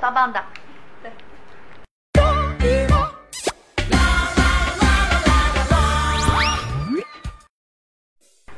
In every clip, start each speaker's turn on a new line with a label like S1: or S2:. S1: 棒棒的。对。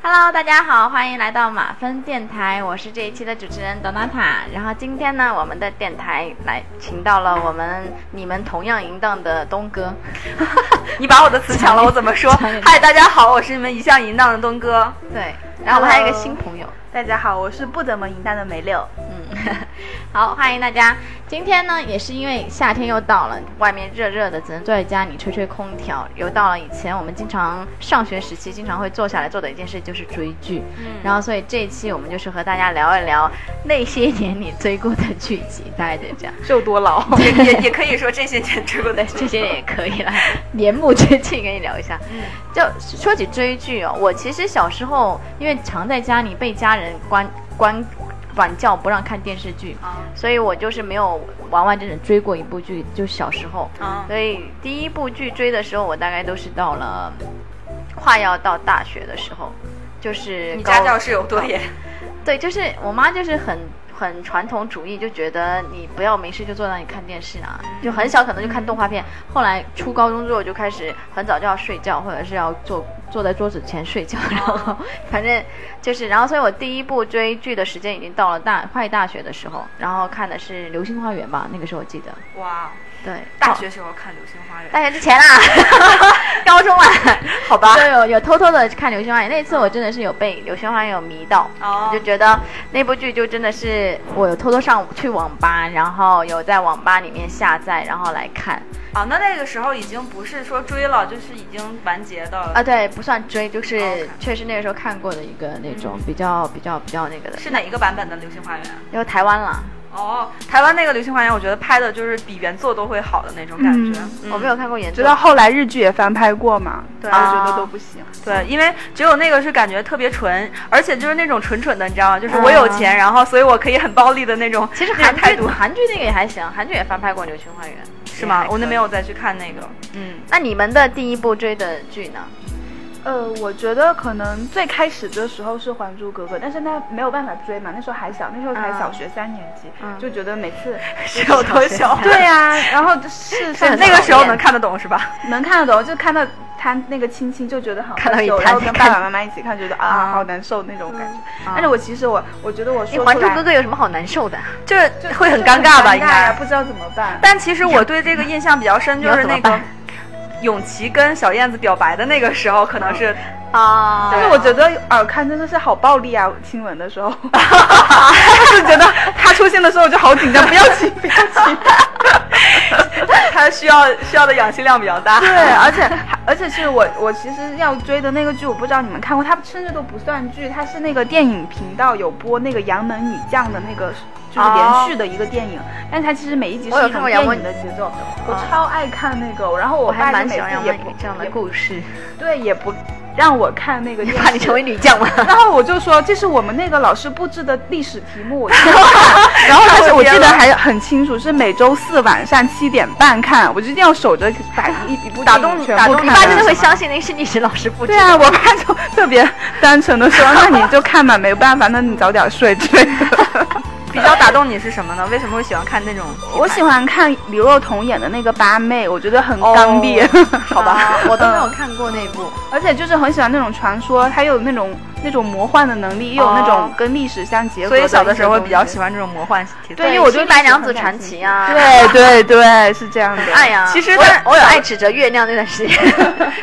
S1: Hello，大家好，欢迎来到马芬电台，我是这一期的主持人 Donata。然后今天呢，我们的电台来请到了我们你们同样淫荡的东哥。
S2: 你把我的词抢了，我怎么说？嗨，大家好，我是你们一向淫荡的东哥。
S1: 对，然后我们还有一个新朋友。
S3: 大家好，我是不怎么淫荡的梅六。
S1: 嗯， 好，欢迎大家。今天呢，也是因为夏天又到了，外面热热的，只能坐在家里吹吹空调。又到了以前我们经常上学时期经常会坐下来做的一件事，就是追剧。
S2: 嗯
S1: 然后，所以这一期我们就是和大家聊一聊那些年你追过的剧集，大概就这样。
S2: 有多 老？也也也可以说这些年追过的
S1: 这些也可以 了，年暮之际跟你聊一下。
S2: 嗯
S1: 就说起追剧哦，我其实小时候因为常在家里被家人关关管教，不让看电视剧，
S2: 啊
S1: 所以我就是没有完完整整追过一部剧，就小时候。
S2: 啊
S1: 所以第一部剧追的时候，我大概都是到了快要到大学的时候，就是
S2: 你
S1: 高
S2: 家教是有多 严？
S1: 对，就是我妈就是很很传统主义，就觉得你不要没事就坐那里看电视啊，就很小可能就看动画片。后来初高中之后就开始很早就要睡觉，或者是要坐坐在桌子前睡觉，然
S2: 哦
S1: 后 反正就是，然后所以我第一部追剧的时间已经到了大快大学的时候，然后看的是《流星花园》吧，那个时候我记得，
S2: 哇，
S1: 对，
S2: 大
S1: 哦
S2: 学时候看《流星花园》，
S1: 大学之前啦， 高中啦。
S2: 好吧？
S1: 对，有有偷偷的看《流星花园》，那一次我真的是有被《流星花园》有迷到，
S2: 哦
S1: 我就觉得那部剧就真的是我有偷偷上去网吧，然后有在网吧里面下载，然后来看
S2: 啊，那那个时候已经不是说追了，就是已经完结的
S1: 啊，
S2: 了。
S1: 对，不算追，就是
S2: ，OK
S1: 确实那个时候看过的一个那种比较比较比较那嗯个的，
S2: 是哪一个版本的《流星花园》？
S1: 因为台湾啦，
S2: 哦，台湾那个《流星花园》，我觉得拍的就是比原作都会好的那种感觉。
S3: 嗯
S2: 嗯
S1: 我没有看过原
S3: 直
S1: 作，
S3: 到后来日剧也翻拍过嘛，对，我觉
S1: 啊
S3: 得都不行。
S2: 对，因为只有那个是感觉特别纯，而且就是那种纯纯的，你知道吗？就是我有钱，然后所以我可以很暴力的那种。
S1: 其实
S2: 那
S1: 韩
S2: 种态
S1: 剧
S2: 度
S1: 韩剧那个也还行，韩剧也翻拍过《流星花园》，
S2: 是吗？我那没
S1: 有。
S2: 有再去看那个。嗯，
S1: 那你们的第一部追的剧呢？
S3: 呃，我觉得可能最开始的时候是《还珠格格》，但是那没有办法追嘛，那时候还小，那时候才
S1: 嗯
S3: 小学三年级，
S1: 嗯
S3: 就觉得每 次
S2: 是有多小？
S3: 对呀、然后就是
S1: 看
S3: 是
S1: 得
S2: 那个时候
S1: 讨厌
S2: 能看得懂是吧？
S3: 能看得懂，就看到他那个亲亲就觉得很
S1: 看到一
S3: 害羞
S1: 滩
S3: 然后跟
S1: 看
S3: 爸爸妈妈一起看，觉得
S2: 啊
S3: 啊嗯哎好难受那种感觉。
S1: 啊
S3: 但是我其实我我觉得我
S1: 你
S3: 说
S1: 《
S3: 出
S1: 还
S3: 来
S1: 珠格格》有什么好难受的？
S2: 就是
S3: 就
S2: 会很
S3: 就
S2: 尴尬吧？
S3: 很
S2: 应
S3: 呀
S2: 该。
S3: 不知道怎么办。
S2: 但其实我对这个印象比较深，就是那
S1: 你要怎么
S2: 个永琪跟小燕子表白的那个时候，可能是
S1: 啊
S3: 但是我觉得尔康真的是好暴力啊！亲吻的时候，
S2: 就觉得
S3: 他出现的时候我就好紧 张，不要亲，不要 亲。
S2: 他需要需要的氧气量比较大。
S3: 对，而且而且是我我其实要追的那个剧，我不知道你们看过，它甚至都不算剧，它是那个电影频道有播那个《杨门女将》的那个，就是连续的一个电影，但是它其实每一集
S1: 哦我有
S3: 是一
S1: 看
S3: 种
S1: 过
S3: 电
S1: 杨门
S3: 影的节奏，我
S1: 啊
S3: 超爱看那个，然后
S1: 我
S3: 我
S1: 还
S3: 爸
S1: 蛮
S3: 就每
S1: 喜欢
S3: 次
S1: 杨
S3: 也
S1: 门
S3: 不
S1: 女将的
S3: 也
S1: 故事。
S3: 对也不让我看那个电 视，
S1: 怕你成为女将吗？
S3: 然后我就说这是我们那个老师布置的历史题目， 然后但是我记得还很清楚，是每周四晚上七点半看，我就一定要守着把 一一部
S2: 打
S3: 电影
S2: 动
S3: 全
S2: 打
S3: 部
S2: 动
S3: 看
S2: 你
S1: 你
S3: 完。
S1: 爸真的会相信那个是历史老师布置
S3: 对啊，我爸就特别单纯的说，那你就看吧，没有办法，那你早点睡之类的。
S2: 比较打动你是什么呢？为什么会喜欢看那种题材？
S3: 我喜欢看刘若彤演的那个八妹，我觉得很刚烈，哦 好吧。
S1: 啊我都没有看过那部。
S3: 而且就是很喜欢那种传说，它有那种那种魔幻的能力，又有那种跟历史相结合。
S2: 所以小的时候会比较喜
S3: 欢。
S2: 欢这种魔幻题材。
S3: 对因为我对
S1: 新白娘子传奇》啊，
S3: 对 对对，是这样的。
S1: 爱呀。
S2: 其实
S1: 我有
S2: 但
S1: 我有爱指着月亮那段时 间。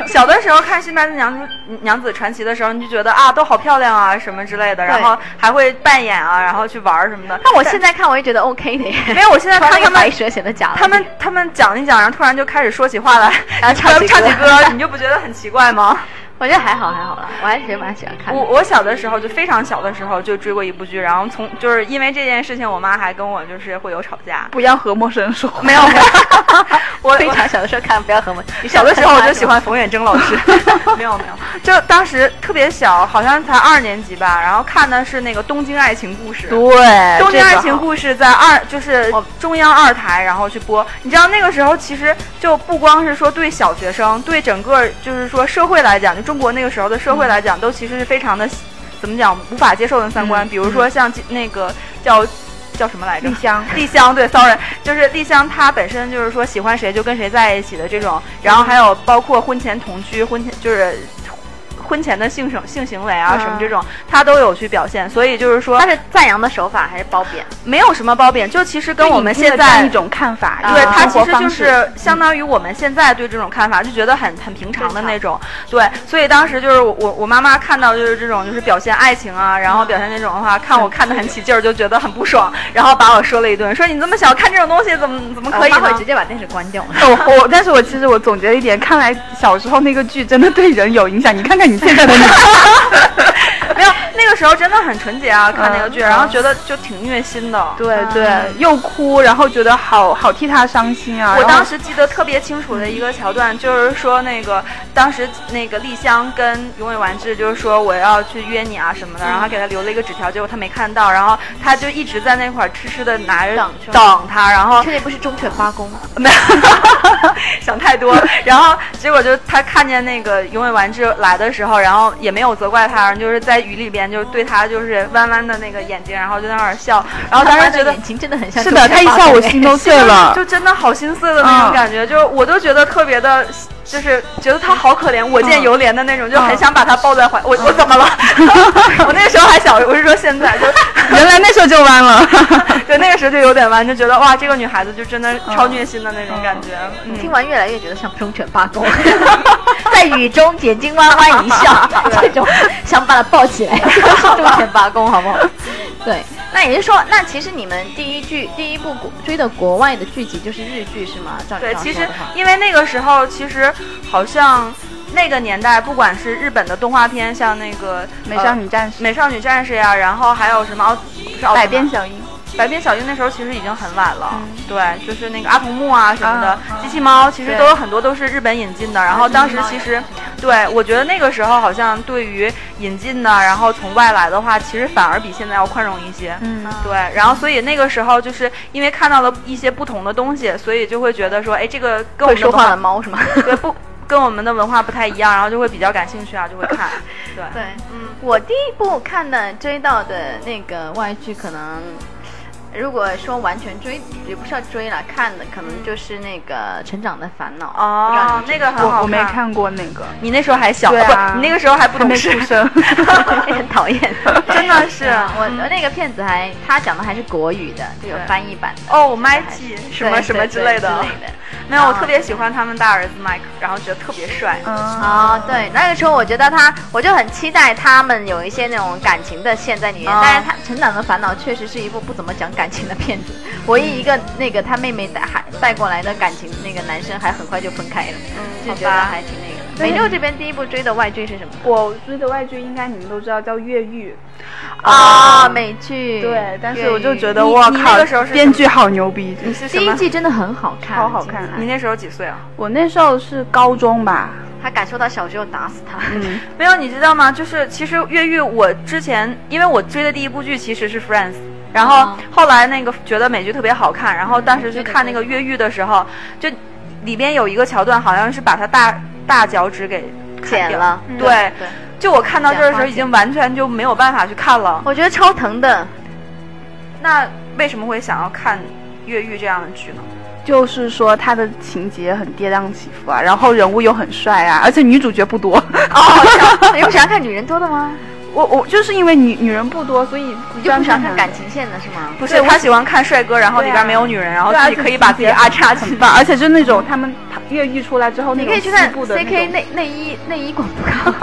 S2: 小的时候看《新白娘子娘子传奇》的时候，你就觉得啊，都好漂亮啊，什么之类的，然后还会扮演啊，然后去玩儿什么的。
S1: 那我现在看我也觉得 OK 的。
S2: 没有，我现在
S1: 穿
S2: 看
S1: 那
S2: 他
S1: 个白
S2: 们，
S1: 蛇显得假了。
S2: 他们他们讲一讲，然后突然就开始说起话来，
S1: 然后唱
S2: 他
S1: 起
S2: 们唱起歌，你就不觉得很奇怪吗？
S1: 我觉得还好还好了，我还是蛮喜欢看的
S2: 我。我小的时候就非常小的时候就追过一部剧，然后从就是因为这件事情，我妈还跟我就是会有吵架。
S3: 不要和陌生人说话。
S2: 没有， 我
S1: 非
S2: 我
S1: 常小的时候看，不要和我。你
S2: 小的时候我就
S1: 啊
S2: 喜欢冯远征老师， 没有没有，就当时特别小，好像才二年级吧，然后看的是那个《东京爱情故事》。
S3: 对，
S2: 《东京爱
S3: 哎这个
S2: 情
S3: 好
S2: 故事》在二就是
S1: 哦
S2: 中央二台，然后去播。你知道那个时候其实就不光是说对小学生，对整个就是说社会来讲，就中国那个时候的社会来讲，都其实是非常的怎么讲无法接受的三观。比如说像那个叫叫什么来着
S3: 嗯丽？香，
S2: 丽香对骚人就是丽香，她本身就是说喜欢谁就跟谁在一起的这
S3: 嗯
S2: 种，然后还有包括婚前同居、婚前就是婚前的性行性行为啊
S1: 嗯
S2: 什么这种，她都有去表现，所以就是说
S1: 他是赞扬的手法还是褒贬？
S2: 没有什么褒贬，就其实跟我们
S3: 对影
S2: 现
S3: 片的这样
S2: 在
S3: 一种看法，
S2: 对
S1: 啊
S2: 他
S3: 一种
S2: 其实
S3: 生
S2: 就
S3: 活方式
S2: 是相当于我们现在对这种看法就觉得很很平常的
S1: 正常
S2: 那种，对，所以当时就是我我我妈妈看到就是这种就是表现爱情啊，然后表现那种的话，看我看的很起劲儿，就觉得很不爽，然后把我说了一顿，说你这么小看这种东西怎么怎么可以
S1: 我妈
S3: 哦
S1: 呃会
S2: 呢
S1: 直？接把电视关掉。
S3: 我我，但是我其实我总结了一点，看来小时候那个剧真的对人有影响。你看看你现在的 你，
S2: 没有，那个时候真的很纯洁啊，看那个剧，
S3: 嗯
S2: 然后觉得就挺虐心的。
S3: 对
S1: 嗯
S3: 对，又哭，然后觉得好好替他伤心啊。
S2: 我
S3: 然后
S2: 当时记得特别清楚的一个桥段，就是说那个当时那个丽香跟永远完治，就是说我要去约你啊什么的，然后他给他留了一个纸条，结果他没看到，然后他就一直在那块儿痴痴的拿着
S1: 等着
S2: 等他，然后
S1: 确定不是忠犬八公吗？
S2: 没有想太多，然后结果就他看见那个永远完治来的时候，然后也没有责怪他，然后就是在雨里边就是对他就是弯弯的那个眼睛，然后就在那儿笑，
S1: 哦
S2: 然后当时觉得
S1: 眼睛真的很像
S3: 是的，他一笑
S1: 哎
S3: 我心都碎了。嗯
S2: 就真的好心碎的那种感觉，就是我都觉得特别的，就是觉得他好可怜，我
S3: 嗯
S2: 见犹怜的那种，就很想把他抱在怀。我我怎么 了？我那个时候还小，我是说现在就
S3: 原来那时候就弯了。
S2: 对那个时候就有点弯，就觉得哇，这个女孩子就真的
S3: 嗯
S2: 超虐心的那种感觉。嗯
S1: 听完越来越觉得像忠犬八 公，在雨中眼睛弯弯一 笑，这种想把它抱起 来，忠犬八公，好不好？ 对，那也就是说，那其实你们第一剧第一部国追的国外的剧集就是日剧是吗？照你
S2: 对，
S1: 这样
S2: 其
S1: 说
S2: 实
S1: 的话
S2: 因为那个时候，其实好像那个年代，不管是日本的动画片，像那个
S3: 美少、
S2: 呃
S3: 女战 士，
S2: 美少女战士呀、然后还有什么奥不是奥特曼
S3: 百变小樱，
S2: 百变小樱那时候其实已经很晚了，
S1: 嗯
S2: 对，就是那个阿童木啊什么的，
S3: 啊
S2: 机器猫其实
S3: 对
S2: 都有很多都是日本引进的。然后当时
S1: 嗯
S2: 其实，对我觉得那个时候好像对于引进的，然后从外来的话，其实反而比现在要宽容一些。
S3: 嗯
S2: 对，然后所以那个时候就是因为看到了一些不同的东西，所以就会觉得说，哎，这个跟我
S1: 会
S2: 们的
S1: 说
S2: 文
S1: 话
S2: 化
S1: 的猫 是吗？
S2: 对不跟我们的文化不太一样，然后就会比较感兴趣啊，就会 看。对，
S1: 对，
S2: 嗯，
S1: 我第一部看的追到的那个外剧，可能如果说完全追，也不是要追了，看的可能就是那个《成长的烦恼》不知道
S2: 哦
S1: 你，们
S2: 那个很
S3: 我
S2: 好
S3: 我没，看过那个，
S2: 你那时候还小，
S3: 对啊
S2: 不，你那个时候还不
S3: 还
S2: 懂
S3: 没
S2: 事
S3: 出。 生。
S1: 也很 讨厌，
S2: 真的是
S1: 我
S2: 嗯
S1: 我那个片子还他讲的还是国语的，就有
S2: 对
S1: 翻译版的
S2: 哦，Mighty 什么
S1: 嗯对
S2: 什么
S1: 对
S2: 之
S1: 对
S2: 类的
S1: 之类的。
S2: 没有，我
S1: 嗯
S2: 特别喜欢他们大儿子 Mike，然后觉得特别帅。
S3: 嗯，
S1: 哦，对，那个时候我觉得他，我就很期待他们有一些那种感情的线在里面。
S2: 哦
S1: 但是他《成长的烦恼》确实是一部不怎么讲感情的片 子，唯一一个那个他妹妹带还带过来的感情那个男生还很快就分开了，
S2: 嗯
S1: 就觉得还挺那个的。
S3: 对
S1: 美六这边第一部追的外剧是什么？
S3: 我追的外剧应该你们都知道叫《越狱
S1: 啊、美剧。》，
S3: 对，但是我就觉
S1: 得
S3: 得
S2: 你
S3: 我
S2: 你
S3: 靠
S2: 那个时候，是
S3: 编剧好牛逼，
S2: 你是什
S1: 第一
S2: 么？
S1: 季真的很好看，
S3: 超好看。
S2: 你那时候几岁啊？
S3: 我那时候是高中吧，
S1: 他感受到小时候打死他。
S3: 嗯，
S2: 没有，你知道吗？就是其实越狱，我之前因为我追的第一部剧其实是 Friends。然后
S1: 啊
S2: 后来那个觉得美剧特别好看，然后当时去看
S1: 对
S2: 那
S1: 对对
S2: 个越狱的时候，就里边有一个桥段，好像是把他大大脚趾给砍
S1: 剪
S2: 掉
S1: 了
S2: 对，
S1: 对，
S2: 就我看到这儿的时
S1: 剪
S2: 候，
S1: 花
S2: 已经完全就没有办法去看了。
S1: 我觉得超疼的。
S2: 那为什么会想要看越狱这样的剧呢？
S3: 就是说他的情节很跌宕起伏啊，然后人物又很帅啊，而且女主角不多。
S1: 哦，你不喜欢看女人多的吗？
S3: 我我就是因为女女人不多，所以
S1: 你就不喜欢看感情线的是吗？
S2: 不是他喜欢看帅哥，然后里边没有女人，然后
S3: 对啊
S2: 自己可以把自己安插进
S3: 很
S2: 去。
S3: 棒，而且就那种他们越狱出来之后那
S1: 你
S3: 种
S1: 可以去看
S3: 西部的
S1: CK
S3: 那
S1: 内
S3: 种
S1: 内衣内衣广 告。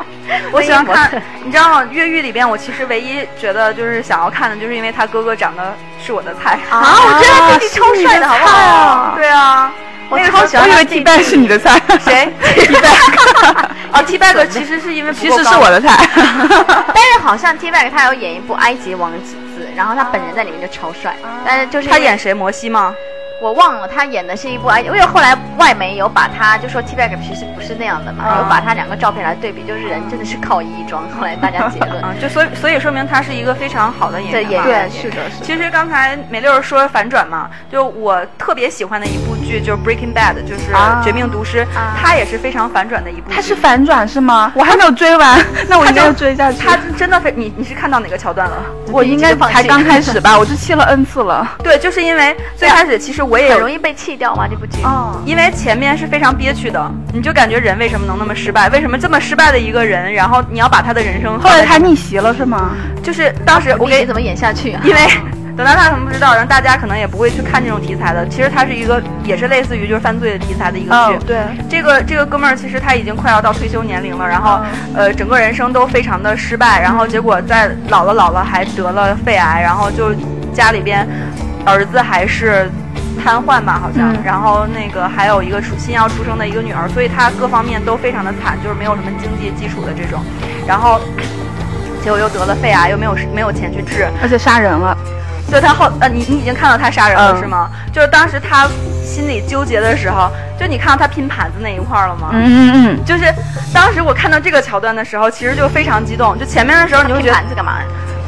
S2: 我喜欢
S1: 内衣模
S2: 看
S1: 特，
S2: 你知道吗？越狱里边，我其实唯一觉得就是想要看的，就是因为他哥哥长得是我的菜
S1: 啊我觉得他弟弟超帅的好不好
S2: 是你菜啊对啊，
S1: 我
S2: 那个时候
S1: 超喜欢
S3: 我以
S1: 他
S3: 为
S1: 弟
S3: T
S1: 弟
S3: bag 是你的菜，
S2: 谁
S3: ？T bag，
S2: 哦，T bag 其实是因为不
S3: 其
S2: 够
S3: 实是
S2: 高
S3: 我的菜。
S1: 但是好像 T Bag 他有啊演一部《埃及王子》，然后他本人在里面就超帅，但是就是
S2: 他演谁？摩西吗？
S1: 我忘了他演的是一部爱，因为后来外媒有把他就说 T Back 其实不是那样的嘛，
S2: 啊
S1: 有把他两个照片来对比，就是人真的是靠衣装。后来大家结论，
S2: 啊，就所以所以说明他是一个非常好的演
S1: 对
S2: 员
S1: 演
S2: 嘛。
S1: 员
S3: 对，是的，是的。
S2: 其实刚才美六儿说反转嘛，就我特别喜欢的一部剧就是《Breaking Bad》，就是
S3: 啊
S2: 《绝命毒师》
S1: 啊
S2: 它也是非常反转的一部剧。
S3: 它是反转是吗？我还没有追完， 那我应该要追下去。
S2: 它真的非你你是看到哪个桥段了？
S3: 我应该才刚开始吧，我就气了 n 次了。
S2: 对，就是因为最开始其实我也
S1: 很
S2: 有
S1: 容易被弃掉嘛这部剧。
S3: 哦，
S2: 因为前面是非常憋屈的，你就感觉人为什么能那么失败？为什么这么失败的一个人，然后你要把他的人生
S3: 后
S2: 放在
S3: 来他逆袭了是吗？
S2: 就是当时我
S1: 你
S2: 给
S1: 怎么演下去啊？
S2: 因为等到他可能不知道，然后大家可能也不会去看这种题材的。其实它是一个也是类似于就是犯罪的题材的一个
S1: 哦
S2: 剧。
S3: 嗯，对，
S2: 这个这个哥们儿其实他已经快要到退休年龄了，然后、
S3: 嗯
S2: 呃整个人生都非常的失败，然后结果在老了老了还得了肺癌，然后就家里边儿子还是瘫痪吧好像，
S3: 嗯
S2: 然后那个还有一个出新要出生的一个女儿，所以他各方面都非常的惨，就是没有什么经济基础的这种，然后。 结果又得了肺癌，又没有没有钱去治，
S3: 而且杀人了。
S2: 就他后呃，你你已经看到他杀人了、
S3: 嗯
S2: 是吗？就是当时他心里纠结的时候，就你看到他拼盘子那一块儿了吗？
S3: 嗯嗯嗯，
S2: 就是当时我看到这个桥段的时候，其实就非常激动。就前面的时候，你会觉得
S1: 盘子干嘛？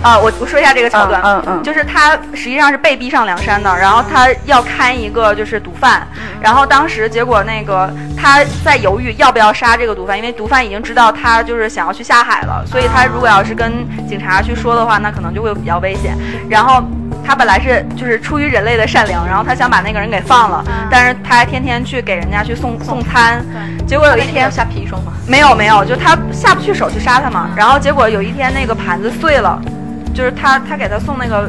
S2: 啊，我我说一下这个桥段，
S3: 嗯嗯嗯
S2: 就是他实际上是被逼上梁山的，然后他要看一个就是毒贩，然后当时结果那个他在犹豫要不要杀这个毒贩，因为毒贩已经知道他就是想要去下海了，所以他如果要是跟警察去说的话，那可能就会比较危险。然后他本来是就是出于人类的善良，然后他想把那个人给放了，但是他还天天去给人家去送送餐，
S1: 嗯
S2: 结果有一天
S1: 下砒霜嘛。
S2: 没有没有，就他下不去手去杀他嘛。然后结果有一天那个盘子碎了，就是他他给他送那个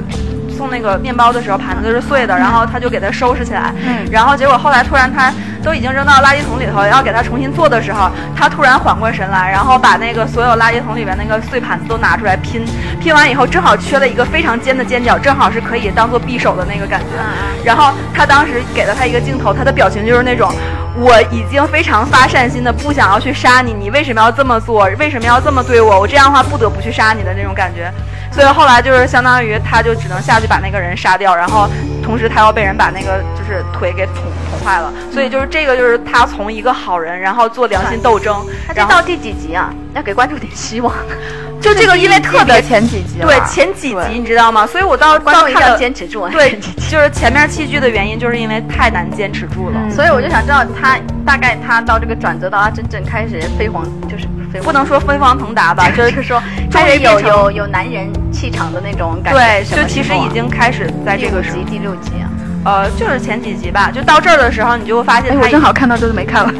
S2: 送那个面包的时候盘子是碎的，然后他就给他收拾起来。
S3: 嗯
S2: 然后结果后来突然他都已经扔到垃圾桶里头，要给他重新做的时候，他突然缓过神来，然后把那个所有垃圾桶里边那个碎盘子都拿出来拼，拼完以后正好缺了一个非常尖的尖角，正好是可以当做匕首的那个感觉。
S1: 嗯
S2: 然后他当时给了他一个镜头，他的表情就是那种。我已经非常发善心的，不想要去杀你，你为什么要这么做？为什么要这么对我？我这样的话不得不去杀你的那种感觉。所以后来就是相当于他就只能下去把那个人杀掉，然后同时他要被人把那个就是腿给捅捅坏了。所以就是这个就是他从一个好人，然后做良心斗争，
S1: 他这
S2: 然后
S1: 到第几集啊？要给观众点希 望。
S2: 就这个因为特别
S3: 前几集了
S2: 对前几集你知道吗？所以我到
S1: 观
S2: 到
S1: 众一定
S2: 看
S1: 要
S2: 了
S1: 坚持住啊！
S2: 对，就是前面弃剧的原因，就是因为太难坚持住了。
S3: 嗯
S1: 所以我就想知道他大概他到这个转折到他真正开始飞黄，就是飞黄
S2: 不能说飞黄腾达 吧，就
S1: 就是是说
S2: 终
S1: 开
S2: 于
S1: 始有
S2: 变成
S1: 有有男人气场的那种感觉。
S2: 对，
S1: 什么
S2: 就其实
S1: 时候啊
S2: 已经开始在
S1: 第
S2: 这
S1: 五
S2: 个时候
S1: 集第六集啊，
S2: 呃，就是前几集吧，就到这儿的时候，你就会发现
S3: 哎，
S2: 他
S3: 我
S2: 已
S3: 正好看到这个没看了。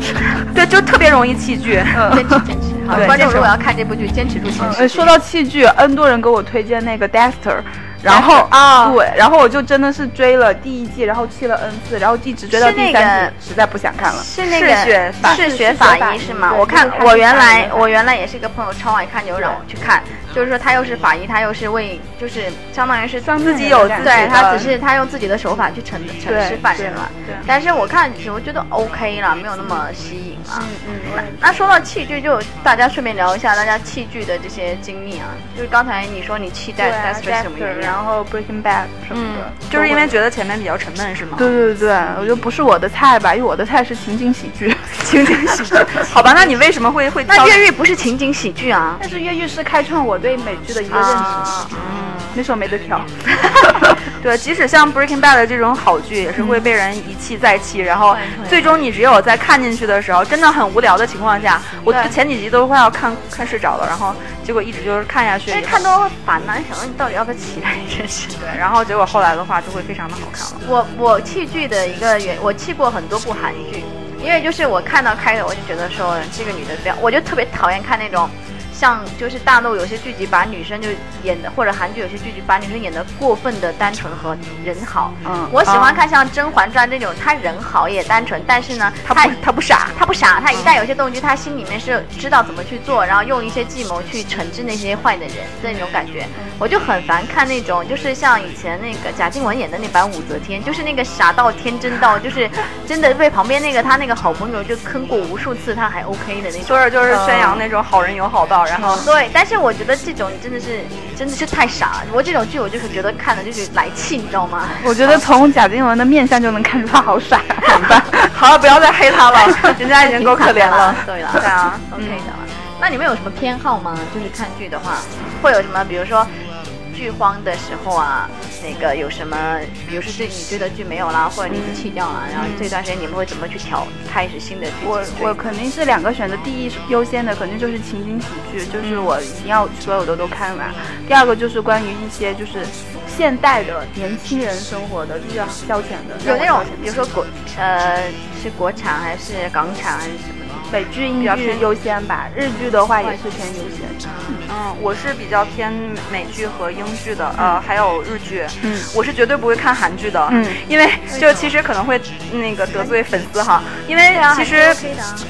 S2: 对，就特别容易弃 剧。
S1: 坚持坚持。好，嗯
S2: 对
S1: 观众
S2: 坚持
S1: 如果要看这部剧，坚持住前 十集。
S3: 呃，说到戏剧，N 多人给我推荐那个 Dexter，然后
S2: Dexter，啊
S3: 对，然后我就真的是追了第一季，然后气了 N 次，然后一直追到
S1: 是那
S3: 第
S1: 个
S3: 三季，实在不想看了。
S1: 是那
S2: 嗜
S1: 个
S2: 血法
S1: 嗜
S3: 嗜
S1: 血
S3: 血
S1: 法
S3: 法
S1: 医
S3: 医
S1: 是吗？
S3: 对
S1: 我看
S3: 就是看
S1: 我原来
S3: 法医的
S1: 我原来也是一个朋友超爱看牛，让我去看，就是说他又是法医，他又是为就是相当于是
S3: 双
S2: 自己有自己
S1: 对
S2: 的
S1: 他只是他用自己的手法去惩惩治犯人了
S3: 对对。
S1: 但是我看只我觉得 OK 了，没有那么吸引了。
S3: 嗯
S1: 那说到弃剧，就大家顺便聊一下大家弃剧的这些经历啊。就是刚才你说你期待 Dexter 是什么原
S3: ，Dexter，
S1: 因？
S3: 啊
S1: 啊
S3: 然后 Breaking Bad 什么
S2: 嗯
S3: 的，，
S2: 就是因为觉得前面比较沉闷，是吗？
S3: 对对对，我觉得不是我的菜吧，因为我的菜是情景喜剧， 情景喜剧。
S2: 好吧，那你为什么会会
S1: 那
S2: 挑？
S1: 越狱不是情景喜剧啊？
S3: 但是越狱是开创我对美剧的一个认识，
S1: 啊，
S3: 那时候没得挑。
S2: 对，即使像《Breaking Bad》这种好剧，也是会被人一弃再弃，然后
S1: 会会
S2: 最终你只有在看进去的时候，真的很无聊的情况下，我
S1: 对
S2: 前几集都快要看看睡着了，然后结果一直就是哎看下去
S1: 因为
S2: 以后，
S1: 看多了会烦呐，你想说你到底要不要起来？真是。
S2: 对，然后结果后来的话就会非常的好看了。
S3: 嗯
S1: 我我弃剧的一个原，我弃过很多部韩剧，因为就是我看到开头我就觉得说这个女的不要，我就特别讨厌看那种。像就是大陆有些剧集把女生就演的，或者韩剧有些剧集把女生演的过分的单纯和人好。
S3: 嗯
S1: 我喜欢看像《甄嬛传》这种，她人好也单纯，但是呢，她
S2: 他不他不傻，
S1: 他不傻，他一旦有些动机，他心里面是知道怎么去做，然后用一些计谋去惩治那些坏的人的那种感觉。我就很烦看那种，就是像以前那个贾静雯演的那版武则天，就是那个傻到天真到，就是真的被旁边那个他那个好朋友就坑过无数次，他还 OK 的那种。
S2: 说着就是宣扬那种好人有好报，到，然后
S1: 对，但是我觉得这种真的是真的是太傻了。我这种剧我就是觉得看的就是来气，你知道吗？
S3: 我觉得从贾静雯的面相就能看出她好傻，怎么办？
S2: 好了，不要再黑他 了，人家已经够可怜了。
S1: 对嗯了，
S2: 对啊，
S1: ，OK 的了。那你们有什么偏好吗？就是看剧的话，会有什么？比如说剧荒的时候啊，那个有什么？比如说这你追的剧没有啦，或者你已经弃掉了，然后这段时间你们会怎么去调开始新的剧
S3: 我
S1: 去追？
S3: 我肯定是两个选择，第一优先的肯定就是情景喜剧，就是
S1: 嗯
S3: 我一定要所有的都看完。第二个就是关于一些就是现代的年轻人生活的，就是要消遣的，
S1: 有那
S3: 让我
S1: 种
S3: 消遣，
S1: 比如说国呃是国产还是港产还是什么的？
S3: 美剧、英
S2: 较
S3: 剧
S2: 偏
S3: 优先吧，日剧的话也是偏优先。
S2: 嗯，我是比较偏美剧和英剧的，呃，还有日剧。
S3: 嗯
S2: 我是绝对不会看韩剧的，
S3: 嗯
S2: 因为就其实可能会那个得罪粉丝哈，因为
S3: 啊
S2: 其实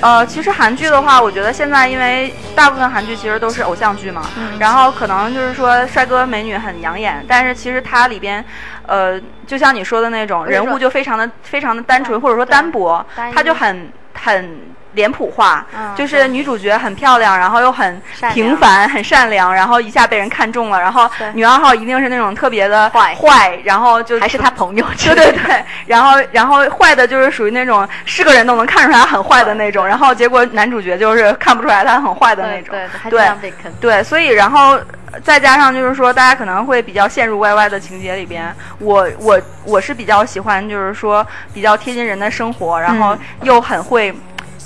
S2: 呃，其实韩剧的话，我觉得现在因为大部分韩剧其实都是偶像剧嘛，
S1: 嗯
S2: 然后可能就是说帅哥美女很养眼，但是其实它里边，呃，就像你说的那种
S1: 是
S2: 人
S1: 说嗯
S2: 物就非常的非常的单纯，或者说
S1: 对
S2: 单薄
S1: 单一，
S2: 它就很很脸谱化，
S1: 嗯
S2: 就是女主角很漂亮，然后又很
S1: 善良
S2: 平凡、很善良，然后一下被人看中了，然后
S1: 对
S2: 女二号一定是那种特别的
S1: 坏
S2: 坏，然后就
S1: 还是他朋友之
S2: 对
S1: 类的？
S2: 对对，然后然后坏的就是属于那种是个人都能看出来他很坏的那种，然后结果男主角就是看不出来他很坏的那种，
S1: 对，还
S2: 对
S1: 这样被坑。
S2: 对，所以然后呃再加上就是说，大家可能会比较陷入 YY 的情节里边。我我我是比较喜欢，就是说比较贴近人的生活，然
S1: 嗯
S2: 后又很会，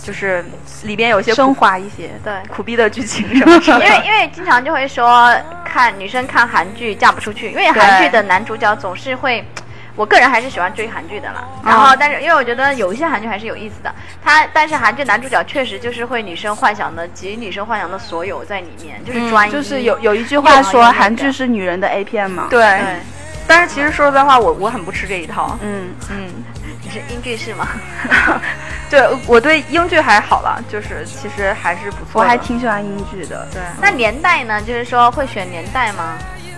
S2: 就是里边有一些苦
S3: 升华一些，
S1: 对，
S2: 苦逼的剧情什么什么
S1: 因为
S2: 的。
S1: 因为经常就会说看女生看韩剧嫁不出去，因为韩剧的男主角总是会。我个人还是喜欢追韩剧的啦，
S2: 哦
S1: 然后但是因为我觉得有一些韩剧还是有意思的，他但是韩剧男主角确实就是会女生幻想的集女生幻想的所有在里面，就是
S2: 嗯
S1: 专一，
S3: 就是有有一句
S1: 又
S3: 话
S1: 好又
S3: 说
S1: 啊那个
S3: 韩剧是女人的 A 片嘛。，
S2: 对
S1: 对，，
S2: 但是其实说实在话，我我很不吃这一套。
S3: 嗯，
S2: 嗯，
S1: 你是英剧是吗？
S2: 对我对英剧还好了，就是其实还是不错
S3: 我
S2: 的。
S3: 还挺喜欢英剧的。
S2: 对，
S1: 那年代呢？就是说会选年代吗？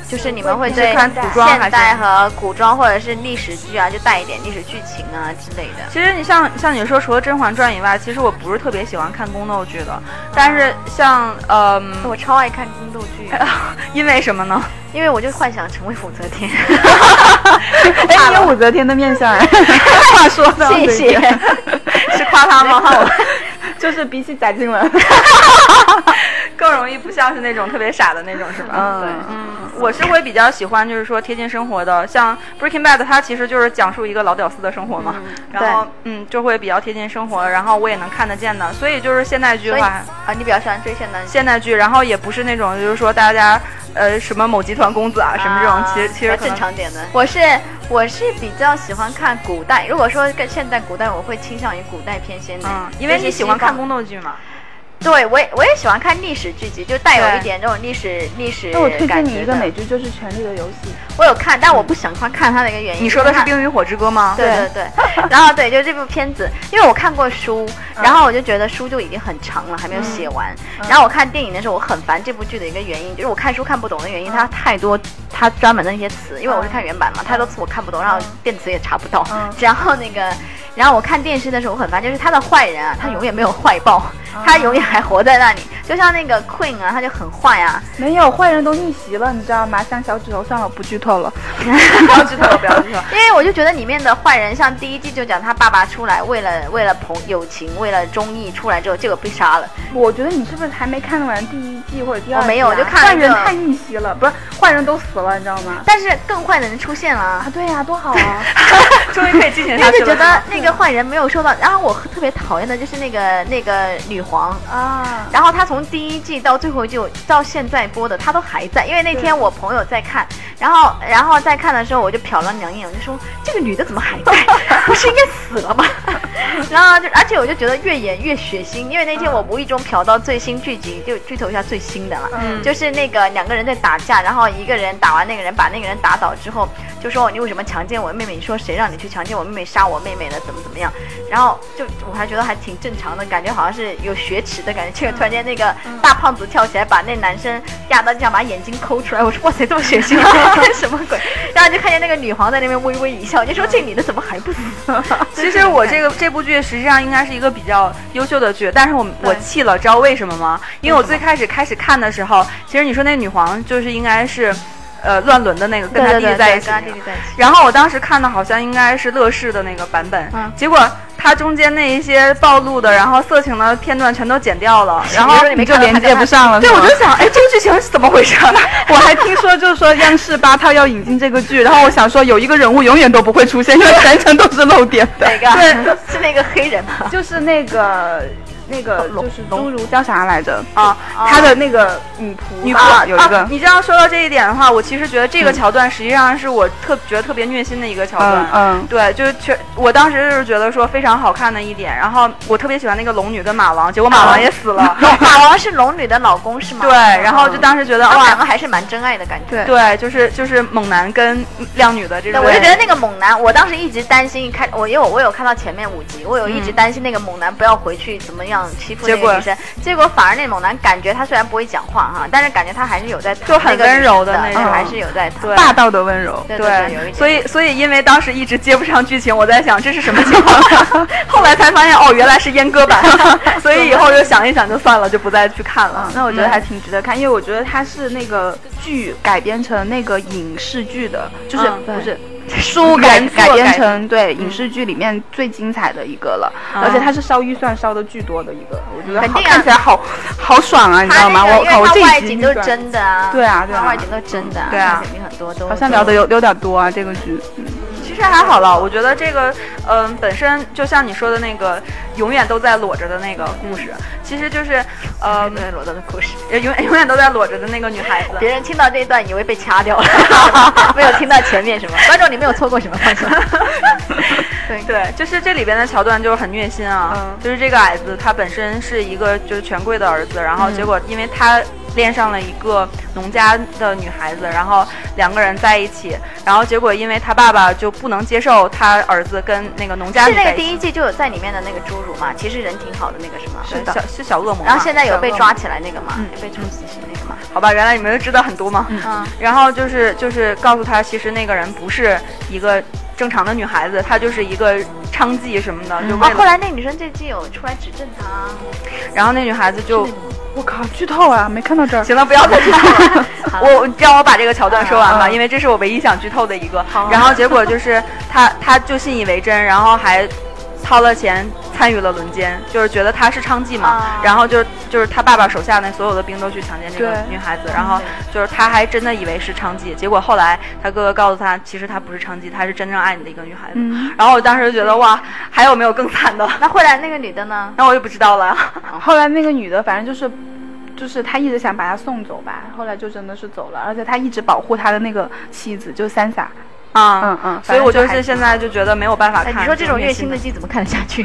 S1: 就是你们会
S2: 你
S1: 对
S2: 是看古装还
S1: 现
S2: 是
S1: 代和古装或者是历史剧啊，就带一点历史剧情啊之类的。
S2: 其实你像像你说，除了《甄嬛传》以外，其实我不是特别喜欢看宫斗剧的。但是像嗯、
S1: 我超爱看宫斗 剧，
S2: 因为什么呢？
S1: 因为我就幻想成为武则天。
S3: 哎，你有武则天的 面相哎，话说的，
S1: 谢谢。
S2: 是夸他吗？
S3: 就是比起贾静雯，
S2: 更容易不像是那种特别傻的那种，是吧？
S3: 嗯，
S2: 我是会比较喜欢，就是说贴近生活的，像《Breaking Bad》，它其实就是讲述一个老屌丝的生活嘛。然后，嗯，就会比较贴近生活，然后我也能看得见的。所以就是现代剧
S1: 所
S2: 的
S1: 以
S2: 话，
S1: 啊，你比较喜欢追 现代剧？
S2: 现代剧，然后也不是那种就是说大家呃什么某集团公子啊什么这种，
S1: 啊
S2: 其实其实
S1: 比较
S2: 可能
S1: 正常点的。我是我是比较喜欢看古代，如果说跟现代古代，我会倾向于古代偏先的
S2: 嗯，，因为你喜欢看宫
S1: 斗，
S2: 斗剧嘛。
S1: 对我也我也喜欢看历史剧集，就带有
S2: 对
S1: 一点这种历史历史
S3: 那我推荐
S1: 感
S3: 你
S1: 觉
S3: 一个美
S1: 的。
S3: 剧，就是《权力的游戏
S1: 我有看，但我不想看看它的一个原因。
S2: 你说的是
S1: 就
S2: 《
S1: 它
S2: 冰与火之歌》吗？
S1: 嗯对对对，然后对，就这部片子，因为我看过书，然后我就觉得书就已经很长了，还没有写完。然后我看电影的时候，我很烦这部剧的一个原因，就是我看书看不懂的原因，它太多它专门的那些词，因为我是看原版嘛，太多词我看不懂，然后电子也查不到。然后那个，然后我看电视的时候，我很烦，就是他的坏人啊，他永远没有坏报，他永远还活在那里，就像那个 Queen 啊，他就很坏啊，》，
S3: 没有坏人都逆袭了，你知道吗？像小指头，算了，不剧透 了。
S2: 不要剧透，不要剧透。
S1: 因为我就觉得里面的坏人，像第一季就讲他爸爸出来为了为了朋友情，为了忠义出来之后，结果被杀了。
S3: 我觉得你是不是还没看完第一季或者第二季啊？
S1: 我没有我就看了
S3: 坏人
S1: 一个
S3: 太逆袭了，不是坏人都死了，你知道吗？
S1: 但是更坏的人出现了
S3: 啊，，对呀、多好啊！
S2: 终于可以进行
S1: 因
S2: 下
S1: 为
S2: 去
S1: 就
S2: 了。
S1: 觉得那个坏人没有受到。然后我特别讨厌的就是那个那个女皇。
S3: 啊，
S1: 然后她从第一季到最后一季到现在播的，她都还在。因为那天我朋友在看，然后然后在看的时候，我就瞟了两眼，我就说这个女的怎么还在？不是应该死了吗？ 然后就而且我就觉得越演越血腥，因为那天我无意中瞟到最新剧集，就剧透一下最新的了。
S3: 嗯
S1: 就是那个两个人在打架，然后一个人打完那个人，把那个人打倒之后，就说你为什么强奸我妹妹？你说谁让你去强奸我妹妹、杀我妹妹的？怎么怎么样？然后就我还觉得还挺正常的，感觉好像是有雪耻的感觉。结果突然间那个大胖子跳起来，把那男生压到地上，把眼睛抠出来。我说哇塞，这么血腥，啊 什么鬼？然后就看见那个女皇在那边微微一笑，就说这女的怎么还不死？
S2: 其实我这个这部剧个实际上应该是一个比较优秀的剧，但是我我气了，知道为什么吗？因为我最开始开始看的时候，其实你说那女皇就是应该是，呃，乱伦的那个跟他弟弟在一起
S1: 跟。他弟弟在一起。
S2: 然后我当时看的好像应该是乐视的那个版本，
S1: 嗯
S2: 结果它中间那一些暴露的，然后色情的片段全都剪掉了，然后
S1: 比如说你没
S3: 你就
S1: 看到
S3: 连接不上了。
S2: 对
S3: 是吗
S2: 我就想，哎，这个剧情是怎么回事？ 啊
S3: 我还听说，就是说央视八套要引进这个剧，然后我想说有一个人物永远都不会出现，因为全程都是露点的。
S1: 哪个？是那个黑人 吗？
S3: 就是那个那个就是侏儒叫啥来着？
S2: 啊，
S3: 他的那个女仆
S2: 女仆
S3: 吧有一个
S2: 啊。你这样说到这一点的话，我其实觉得这个桥段实际上是我特觉得特别虐心的一个桥段
S3: 嗯。嗯，
S2: 对，就是全，我当时就是觉得说非常好看的一点，然后我特别喜欢那个龙女跟马王，结果马王也死 了，
S1: 马王是龙女的老公是吗？嗯
S2: 对，然后就当时觉得
S1: 他们两
S2: 哇，
S1: 个还是蛮真爱的感觉。
S3: 对
S2: 对，就是就是猛男跟靓女的这
S1: 对，
S2: 种，
S1: 我就觉得那个猛男，我当时一直担心，一看我因为我我有看到前面五集，我有一直担心那个猛男不要回去怎么样欺负那
S2: 结果
S1: 个女生，结果反而那猛男感觉他虽然不会讲话哈，但是感觉他还是有在疼
S2: 就很
S1: 那个女
S2: 温柔
S1: 的嗯
S2: 的那
S3: 种
S1: 还是有在疼。
S2: 对
S3: 霸道的温柔。
S1: 对对，有一
S2: 对，
S1: 点。
S2: 所以所以因为当时一直接不上剧情，我在想这是什么情况，后来才发现哦，原来是阉割 版，所以以后就想一想就算了，就不再去看了
S3: 嗯。，那我觉得还挺值得看，因为我觉得它是那个剧改编成那个影视剧的，就是、
S2: 嗯
S3: 不是
S1: 书
S3: 改
S1: 改
S3: 改编
S1: 编成
S3: 成对影视剧里面最精彩的一个了，
S2: 嗯
S3: 而且它是烧预算烧的巨多的一个，我觉得
S1: 肯
S3: 好
S1: 定啊
S3: 看起来好好爽啊，你知
S1: 他
S3: 道
S1: 那
S3: 吗？
S1: 个，
S3: 我
S1: 因
S3: 靠，
S1: 为
S3: 我
S1: 他
S3: 这
S1: 外
S3: 一集
S1: 景
S3: 预
S1: 都是
S3: 算
S1: 真的啊，
S3: 对啊对啊
S1: 他外景都是真的啊，
S2: 对啊
S1: 他肯定很多都
S3: 好像聊的
S1: 有
S3: 有有点多啊，这个剧。
S2: 其实还好了，我觉得这个，嗯、本身就像你说的那个永远都在裸着的那个故事，其实就是，呃，
S1: 对罗德的故事。
S2: 永远永远都在裸着的那个女孩子。
S1: 别人听到这一段以为被掐 掉了，没有听到前面什么。观众，你没有错过什么，放 心。对
S2: 对，就是这里边的桥段就是很虐心啊，
S3: 嗯
S2: 就是这个矮子他本身是一个就是权贵的儿子，然
S1: 嗯
S2: 后结果因为他恋上了一个农家的女孩子，然后两个人在一起，然后结果因为他爸爸就不能接受他儿子跟那个农家
S1: 是
S2: 女
S1: 那
S2: 在
S1: 个
S2: 一
S1: 第
S2: 起，
S1: 一季就有在里面的那个侏儒嘛，其实人挺好的那个什么。
S2: 对小是小恶魔嘛，
S1: 然后现在有被
S2: 小恶魔
S1: 抓起来那个嘛
S3: 嗯，
S1: 被处死刑那个嘛。
S2: 好吧，原来你们知道很多嘛。
S1: 嗯，
S2: 然后就是就是告诉他，其实那个人不是一个正常的女孩子，她就是一个娼妓什么的，就为
S1: 哦，后
S2: 了。
S1: 来那女生这季有出来指证啊他，
S2: 然后那女孩子就
S3: 我靠，剧透啊！没看到这 儿。
S2: 行了，不要再剧透了。
S1: 好
S2: 我让我把这个桥段说完吧，
S3: 嗯嗯
S2: 因为这是我唯一想剧透的一个
S1: 好。
S2: 然后结果就是她她就信以为真，然后还掏了钱参与了轮奸，就是觉得她是娼妓嘛。
S1: 啊
S2: 然后就就是她爸爸手下那所有的兵都去强奸这个
S3: 对
S2: 女孩子，
S1: 嗯
S2: 然后就是他还真的以为是娼妓，结果后来他哥哥告诉他，其实他不是娼妓，他是真正爱你的一个女孩子。
S3: 嗯，
S2: 然后我当时就觉得哇，还有没有更惨的？
S1: 那后来那个女的呢？
S2: 那我就不知道了。
S3: 后来那个女的，反正就是，就是他一直想把他送走吧，后来就真的是走了，而且他一直保护他的那个妻子，就是三傻。
S2: 啊
S3: 嗯嗯，
S2: 所以我
S3: 反正
S2: 就是
S3: 还
S2: 现在就觉得没有办法
S1: 哎，
S2: 看。
S1: 你说这种虐心的剧怎么看得下 去？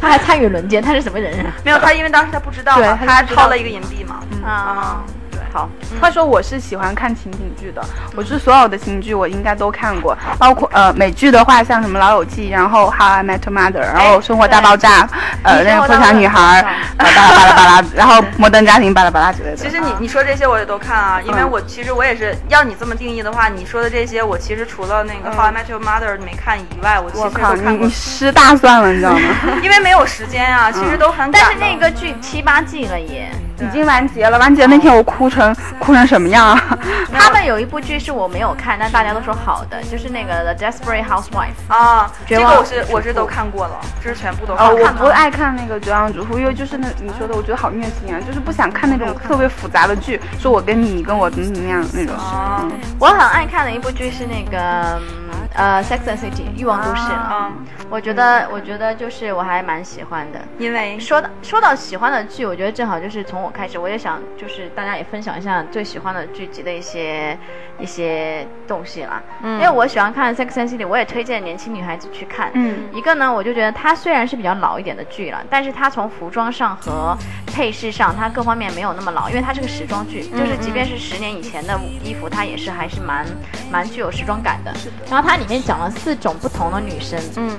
S1: 他还参与轮奸，他是什么人
S2: 没有他，因为当时他不知道
S3: 对
S2: 嘛，
S3: 他
S2: 他还
S3: 不知道
S2: 掏了一个银币嘛。
S1: 啊？啊
S2: 啊，，对，
S1: 好，
S3: 话说我是喜欢看情景剧的，我是所有的情景剧我应该都看过，包括呃美剧的话，像什么《老友记》，然后《How I Met Your Mother》，然
S2: 哎
S3: 后《生活大爆炸》，呃
S1: 你生
S3: 那
S1: 活大爆
S3: 个破
S1: 炸
S3: 产女孩
S1: 嗯，
S3: 呃巴拉巴拉巴拉，然后《摩登家庭》巴拉巴拉之类的。
S2: 其实你你说这些我也都看啊，因为我其实我也是，要你这么定义的话，你说的这些我其实除了那个《How I Met Your Mother》没看以外，我其实
S3: 我
S2: 都
S3: 靠，你
S2: 看过
S3: 你，失大算了，你知道吗？
S2: 因为没有时间啊，其实都很赶
S1: 但
S2: 的。
S1: 是那个剧七八季了也。
S3: 已经完结了，完结那天我哭成哭成什么样啊？
S2: 嗯
S1: 他们有一部剧是我没有看，但大家都说好的，就是那个《The Desperate Housewife》。
S2: 啊，这
S1: 绝
S2: 个
S1: 望
S2: 我是我是都看过了，这是全部都看
S3: 呃，
S2: 过
S3: 我
S2: 了。
S3: 不爱看那个《绝望主妇》，因为就是那你说的，我觉得好虐心啊，就是不想看那种特别复杂的剧，说我跟你，你跟我怎么怎么样那种。
S2: 啊
S3: 嗯，
S1: 我很爱看的一部剧是那个嗯呃《Sex and City》欲望都市。
S2: 啊，
S1: 我觉得，我觉得就是我还蛮喜欢的。
S2: 因为
S1: 说到说到喜欢的剧，我觉得正好就是从我开始，我也想就是大家也分享一下最喜欢的剧集的一些一些东西啦。因为我喜欢看《Sex and City》，我也推荐年轻女孩子去看。
S3: 嗯
S1: 一个呢，我就觉得它虽然是比较老一点的剧了，但是它从服装上和配饰上，它各方面没有那么老，因为它是个时装剧，就是即便是十年以前的衣服，它也是还是蛮蛮具有时装感的。然后它里面讲了四种不同的女生，
S2: 嗯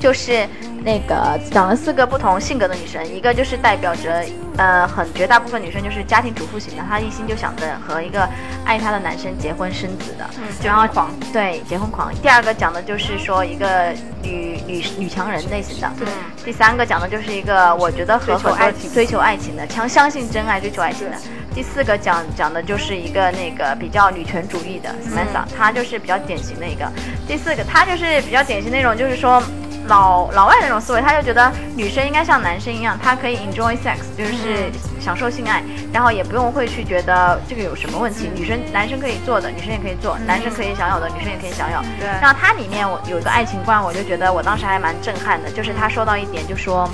S1: 就是那个讲了四个不同性格的女生，一个就是代表着呃很绝大部分女生就是家庭主妇型的，她一心就想着和一个爱她的男生结婚生子的，
S2: 然后狂，
S1: 对，结婚狂。第二个讲的就是说一个女女女强人类型的，
S2: 对，
S1: 第三个讲的就是一个我觉得和
S2: 追求
S1: 很多
S2: 爱情
S1: 追求爱情的，强相信真爱追求爱情的。第四个讲讲的就是一个那个比较女权主义的
S2: 嗯
S1: Samantha，、她就是比较典型的一个。第四个她就是比较典型那种，就是说老老外那种思维，她就觉得女生应该像男生一样，她可以 enjoy sex，就是享受性爱，
S2: 嗯
S1: 然后也不用会去觉得这个有什么问题。女生男生可以做的，女生也可以做，
S2: 嗯
S1: 男生可以享有的，女生也可以享有。
S2: 对
S1: 然后它里面我有一个爱情观，我就觉得我当时还蛮震撼的，就是他说到一点，就说。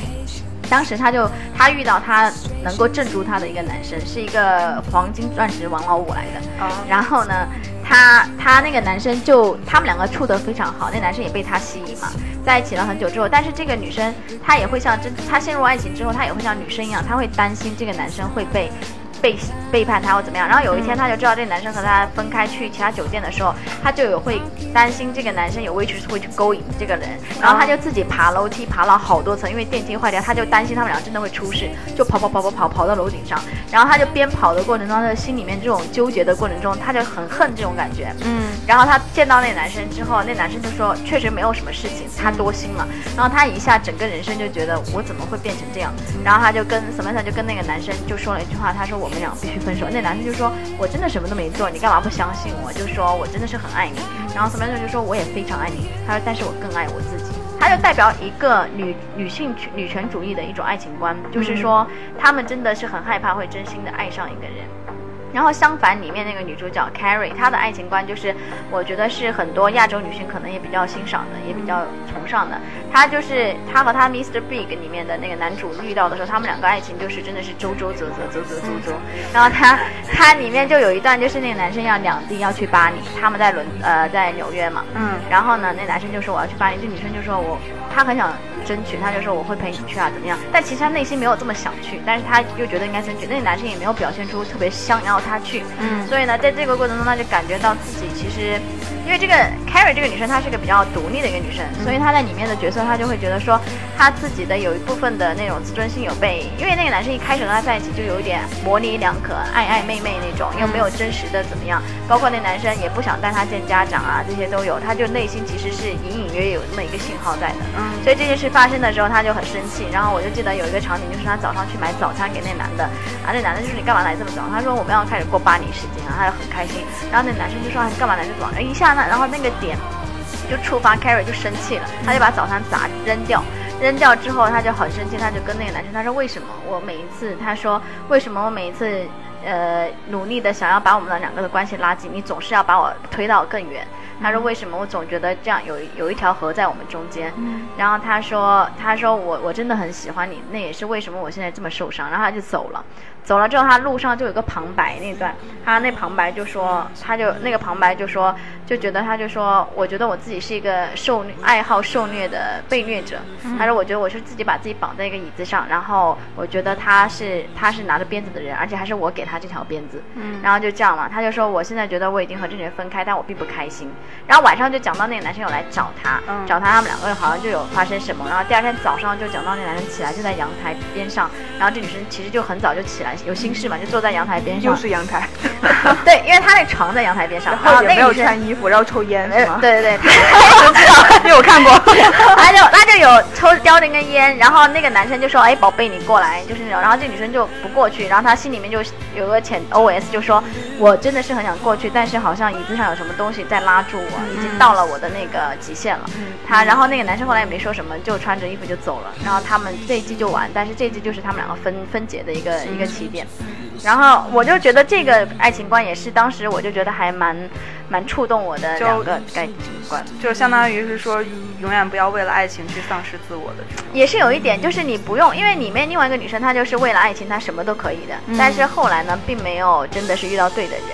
S1: 当时他就他遇到他能够镇住他的一个男生，是一个黄金钻石王老五来的。
S2: 啊
S1: 然后呢，他他那个男生就他们两个处得非常好，那男生也被她吸引嘛，在一起了很久之后，但是这个女生她也会像真，她陷入爱情之后，她也会像女生一样，她会担心这个男生会被。背背叛她或怎么样，然后有一天她就知道这个男生和她分开去其他酒店的时候，她就有会担心这个男生有 waitress 会去勾引这个人，然后她就自己爬楼梯爬了好多层，因为电梯坏掉，她就担心他们俩真的会出事，就跑跑跑跑跑跑到楼顶上，然后她就边跑的过程中，她的心里面这种纠结的过程中，她就很恨这种感觉，
S2: 嗯，
S1: 然后她见到那男生之后，那男生就说确实没有什么事情，他多心了。然后她一下整个人生就觉得我怎么会变成这样？然后她就跟 Samantha 就跟那个男生就说了一句话，她说我们俩必须分手。那男生就说我真的什么都没做，你干嘛不相信我？就说我真的是很爱你。然后 Samantha 就说我也非常爱你，她说但是我更爱我自己。她就代表一个女女性女权主义的一种爱情观，就是说她们真的是很害怕会真心的爱上一个人。然后相反，里面那个女主角 Carrie，她的爱情观就是，我觉得是很多亚洲女性可能也比较欣赏的，也比较崇尚的。她就是她和她 Mr. Big 里面的那个男主遇到的时候，他们两个爱情就是真的是周周折折，周折周周。然后她她里面就有一段就是那个男生要两地要去巴黎，他们在伦呃在纽约嘛，
S2: 嗯，
S1: 然后呢，那男生就说我要去巴黎，这女生就说我，她很想争取，她就说我会陪你去啊，怎么样？但其实她内心没有这么想去，但是她又觉得应该争取。那男生也没有表现出特别想要她去，
S2: 嗯
S1: 所以呢，在这个过程中，她就感觉到自己其实，因为这个 Carrie 这个女生她是个比较独立的一个女生，所以她在里面的角色，她就会觉得说她自己的有一部分的那种自尊心有被，因为那个男生一开始跟她在一起就有一点模棱两可、爱爱妹妹那种，又没有真实的怎么样，包括那男生也不想带她见家长啊，这些都有，她就内心其实是隐隐约约有那么一个信号在的。
S2: 嗯
S1: 所以这件事发生的时候，她就很生气。然后我就记得有一个场景，就是她早上去买早餐给那男的，啊，那男的就是你干嘛来这么早？她说我们要开始过巴黎时间啊，她就很开心。然后那男生就说啊你干嘛来这么早？然后一下呢，然后那个点就触发 Carrie 就生气了，她就把早餐砸扔掉。扔掉之后，她就很生气，她就跟那个男生，她说为什么我每一次，她说为什么我每一次，呃，努力的想要把我们的两个的关系拉近，你总是要把我推到更远。她说为什么我总觉得这样有有一条河在我们中间。然后她说她说我我真的很喜欢你，那也是为什么我现在这么受伤。然后她就走了。走了之后，他路上就有个旁白那段，他那旁白就说，他就那个旁白就说，就觉得他就说，我觉得我自己是一个受虐爱好受虐的被虐者。他说，我觉得我是自己把自己绑在一个椅子上，然后我觉得他是他是拿着鞭子的人，而且还是我给他这条鞭子。
S2: 嗯
S1: 然后就这样嘛，他就说我现在觉得我已经和这个人分开，但我并不开心。然后晚上就讲到那个男生有来找他，
S2: 嗯
S1: 找他他们两个人好像就有发生什么，然后第二天早上就讲到那男生起来就在阳台边上，然后这女生其实就很早就起来有心事嘛，就坐在阳台边
S3: 又
S1: 上，
S3: 是阳台，
S1: 对，因为他那床在阳台边上，
S3: 然
S1: 然后
S2: 啊
S3: 后也
S1: 那
S3: 没
S1: 个
S3: 有
S1: 女生。
S3: 穿衣服，然后抽烟是吗？
S1: 对对对，
S2: 哎
S3: 因 为我看过。
S1: 他就他就有抽叼着一根烟，然后那个男生就说：“哎，宝贝，你过来。”就是那种，然后这女生就不过去，然后她心里面就有个潜 OS，就说：“我真的是很想过去，但是好像椅子上有什么东西在拉住我，已经到了我的那个极限了。”他，然后那个男生后来也没说什么，就穿着衣服就走了。然后他们这一季就完，但是这一季就是他们两个分分解的一个一个起点。然后我就觉得这个爱情观也是当时我就觉得还蛮蛮触动我的
S2: 就
S1: 两个感情观。
S2: 就是相当于是说，永远不要为了爱情去丧失自我的这种。
S1: 也是有一点，就是你不用，因为里面另外一个女生她就是为了爱情，她什么都可以的，但是后来呢，并没有真的是遇到对的人。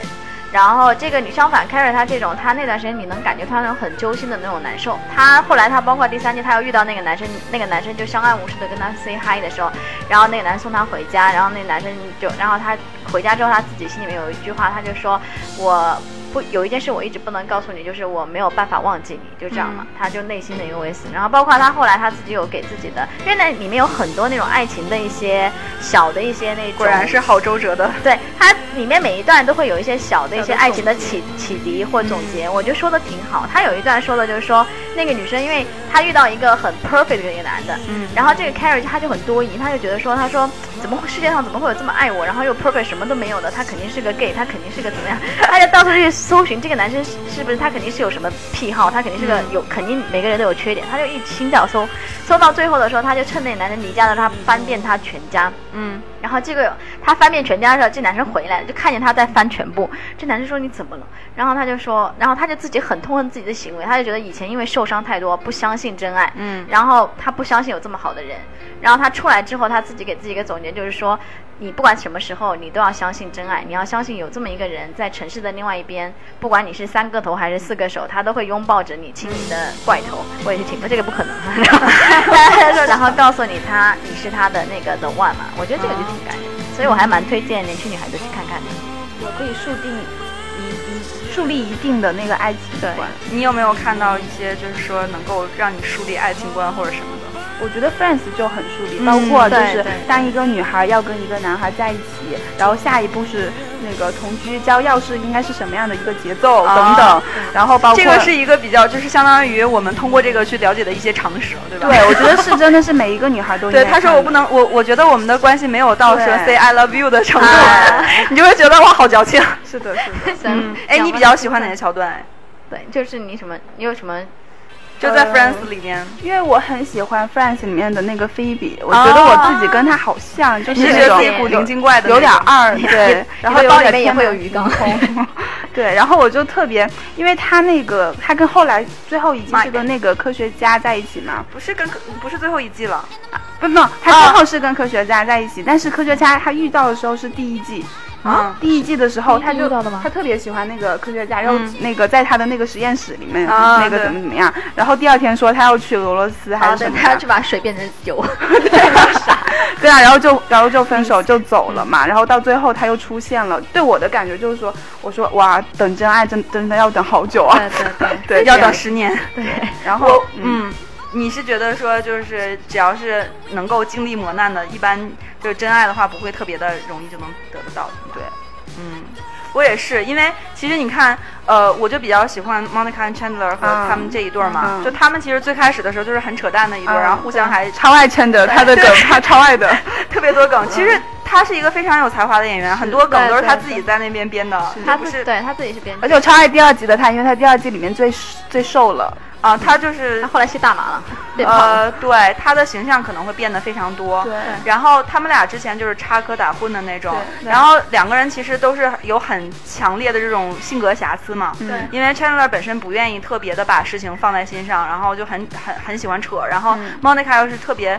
S1: 然后这个女相反 c a r r 她这种，她那段时间你能感觉她那种很揪心的那种难受。她后来她包括第三季，她又遇到那个男生，那个男生就相安无事的跟她 say hi 的时候，然后那个男生送她回家，然后那个男生就，然后她回家之后，她自己心里面有一句话，她就说我不有一件事我一直不能告诉你，就是我没有办法忘记你，就这样嘛。
S2: 嗯
S1: 他就内心的一个 OS，然后包括他后来他自己有给自己的，因为那里面有很多那种爱情的一些小的一些那种，
S2: 果然是好周折的。
S1: 对它里面每一段都会有一些小的一嗯些爱情的启启迪或总结，我觉得说的挺好。他有一段说的就是说，那个女生因为她遇到一个很 perfect 的一个男的，
S2: 嗯
S1: 然后这个 Carrie 他就很多疑，他就觉得说，他说怎么会世界上怎么会有这么爱我，然后又 perfect 什么都没有的，他肯定是个 gay，他肯定是个怎么样？他就到处去搜寻这个男生是是不是他肯定是有什么癖好，他肯定是个有肯定每个人都有缺点，他就一心找搜，搜到最后的时候，他就趁那个男人离家的时候，他翻遍他全家，
S2: 嗯，
S1: 然后这个他翻遍全家的时候，这男生回来了，就看见他在翻全部。这男生说你怎么了？然后他就说，然后他就自己很痛恨自己的行为，他就觉得以前因为受伤太多，不相信真爱，
S2: 嗯
S1: 然后他不相信有这么好的人。然后他出来之后，他自己给自己一个总结，就是说，你不管什么时候，你都要相信真爱，你要相信有这么一个人在城市的另外一边，不管你是三个头还是四个手，他都会拥抱着你，亲你的怪头。我也是挺，这个不可能。 然后他说，然后告诉你他你是他的那个 the one 嘛，我觉得这个就挺感人的，所以我还蛮推荐年轻女孩子去看看的。
S3: 我可以树定一一树立一定的那个爱情
S1: 对
S3: 观。
S2: 你有没有看到一些就是说能够让你树立爱情观或者什么的？
S3: 我觉得 Friends 就很树立，
S2: 嗯
S3: 包括就
S1: 对
S3: 是
S1: 对
S3: 当一个女孩要跟一个男孩在一起，然后下一步是那个同居交钥匙应该是什么样的一个节奏
S2: 啊
S3: 等等，然后包括
S2: 这个是一个比较就是相当于我们通过这个去了解的一些常识，对吧？
S3: 对，我觉得是真的是每一个女孩都应 该
S2: 对，他 说我不能，我我觉得我们的关系没有到说
S3: 对
S2: say I love you 的程度
S1: 啊，
S2: 你就会觉得哇，好矫情。
S3: 看是的是的，
S2: 嗯，哎，你比较喜欢哪些桥段？
S1: 对，就是你什么，你有什么？
S2: 就在
S3: 呃
S2: Friends 里面，
S3: 因为我很喜欢 Friends 里面的那个菲比，我觉得我自己跟她好像，就
S2: 啊你
S3: 是
S2: 是
S3: 那
S2: 觉得
S3: 种
S2: 自己古灵精怪的那种，
S3: 有点 二，对，然后
S1: 你
S3: 有
S1: 的包
S3: 点
S1: 里面也
S3: 天马
S1: 会有鱼缸。
S3: 对，然后我就特别，因为他那个他跟后来最后一季是跟那个科学家在一起嘛，
S2: 不是跟不是最后一季了，
S3: 不不，他
S1: 啊
S3: 最后是跟科学家在一起，但是科学家他遇到的时候是第一季。嗯
S2: 啊
S3: 第一季的时候，
S1: 第一
S3: 他
S1: 季
S3: 就
S1: 遇到的吗
S3: 他特别喜欢那个科学家，然后
S2: 嗯
S3: 那个在他的那个实验室里面，
S2: 啊
S3: 那个
S2: 对
S3: 怎么怎么样。然后第二天说他要去俄罗斯还
S1: 好
S3: 是
S1: 的，
S3: 什么
S1: 啊他要
S3: 的，
S1: 去把水变成 酒。
S3: 对啊，然后就然后就分手就走了嘛。然后到最后他又出现了，对我的感觉就是说，我说哇，等真爱真真的要等好久啊。
S1: 对对
S3: 对，
S2: 要
S3: 这样
S2: 等十年。
S3: 然后嗯，
S2: 嗯，你是觉得说就是只要是能够经历磨难的，一般就是真爱的话，不会特别的容易就能得得到的。
S3: 对，
S2: 嗯。我也是，因为其实你看，呃，我就比较喜欢 Monica and Chandler 和
S3: 嗯
S2: 他们这一对儿嘛，
S3: 嗯
S2: 就他们其实最开始的时候就是很扯淡的一对儿，
S3: 嗯
S2: 然后互相还
S3: 超爱撑的，他的梗他超爱的。
S2: 特别多梗。其实他是一个非常有才华的演员，很多梗都是他自己在那边编的，
S1: 他
S2: 不
S1: 自
S2: 是
S1: 对他自己是编
S3: 而
S1: 剧，
S3: 且我超爱第二集的他，因为他第二季里面最最瘦了。
S2: 啊、他就是
S1: 他后来吸大麻了，变胖了。
S2: 呃，对他的形象可能会变得非常多。
S3: 对
S2: 然后他们俩之前就是插科打诨的那种，
S3: 对对
S2: 然后两个人其实都是有很强烈的这种性格瑕疵嘛。
S3: 嗯
S1: 对
S2: 因为 Chandler 本身不愿意特别的把事情放在心上，然后就很很很喜欢扯，然后
S3: 嗯
S2: Monica 又是特别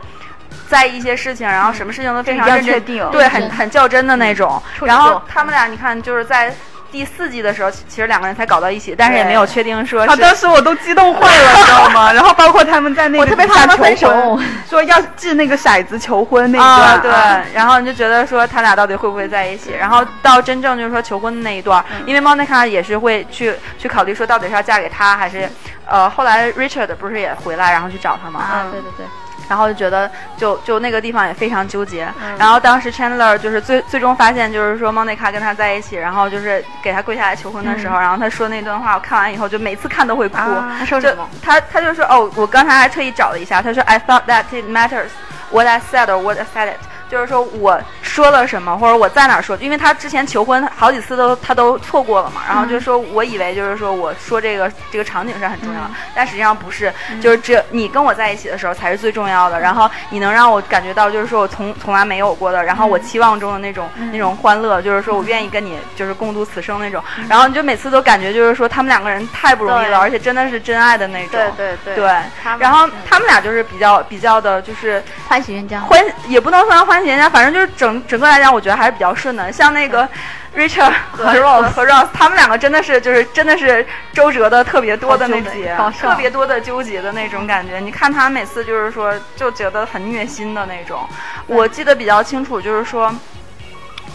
S2: 在意一些事情，然后什么事情都非常
S3: 就一
S2: 认
S3: 定要
S2: 真，
S3: 确定
S2: 对，
S1: 认
S2: 很
S1: 真
S2: 很较真的那种。
S3: 嗯
S1: 处女
S2: 然后
S1: 座
S2: 他们俩，你看就是在第四季的时候，其其实两个人才搞到一起，但是也
S3: 对
S2: 没有确定说
S3: 他
S2: 是
S3: 当时我都激动坏了，你知道吗？然后包括他们在那个
S1: 我特别
S3: 底下
S1: 怕他们分
S3: 求婚
S1: 手，
S3: 说要掷那个骰子求婚那一
S2: 啊，
S3: 段。啊
S2: 对，然后你就觉得说他俩到底会不会在一起，然后到真正就是说求婚的那一段儿，
S3: 嗯
S2: 因为 Monica 也是会去去考虑说到底是要嫁给他还是，呃，后来 Richard 不是也回来然后去找他嘛，
S3: 嗯
S1: 啊，对对对，
S2: 然后就觉得就就那个地方也非常纠结，
S3: 嗯
S2: 然后当时 Chandler 就是最最终发现就是说 Monica 跟他在一起，然后就是给他跪下来求婚的时候，然后他说那段话，我看完以后就每次看都会哭，
S3: 嗯啊
S1: 他说
S2: 就
S1: 什么？
S2: 他他就说哦，我刚才还特意找了一下，他说 I thought that it matters what I said or what I said it，就是说我说了什么或者我在哪儿说，因为他之前求婚好几次都他都错过了嘛，然后
S1: 嗯
S2: 就说我以为就是说我说这个这个场景是很重要
S1: 嗯
S2: 的，但实际上不是，就是只有你跟我在一起的时候才是最重要的，
S1: 嗯
S2: 然后你能让我感觉到就是说我从从来没有过的，然后我
S1: 嗯
S2: 期望中的那种、那种欢乐，就是说我愿意跟你就是共度此生那种，然后你就每次都感觉就是说他们两个人太不容易
S1: 嗯对
S2: 了，而且真的是真爱的那种。
S1: 对哦对
S2: 对
S1: 他们
S2: 然后
S1: 嗯
S2: 他们俩就是比较比较的，就是
S1: 欢喜冤家，
S2: 欢，也不能算欢喜冤家，反正就是整整个来讲，我觉得还是比较顺的。像那个 Richard 和 Rose 和 Rose，他们两个真的是就是真的是周折的特别多的那集
S1: 好，纠结
S2: 特别多的纠结的那种感觉。你看他每次就是说就觉得很虐心的那种。我记得比较清楚，就是说，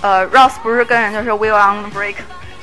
S2: 呃，Rose 不是跟人就是 We are on break。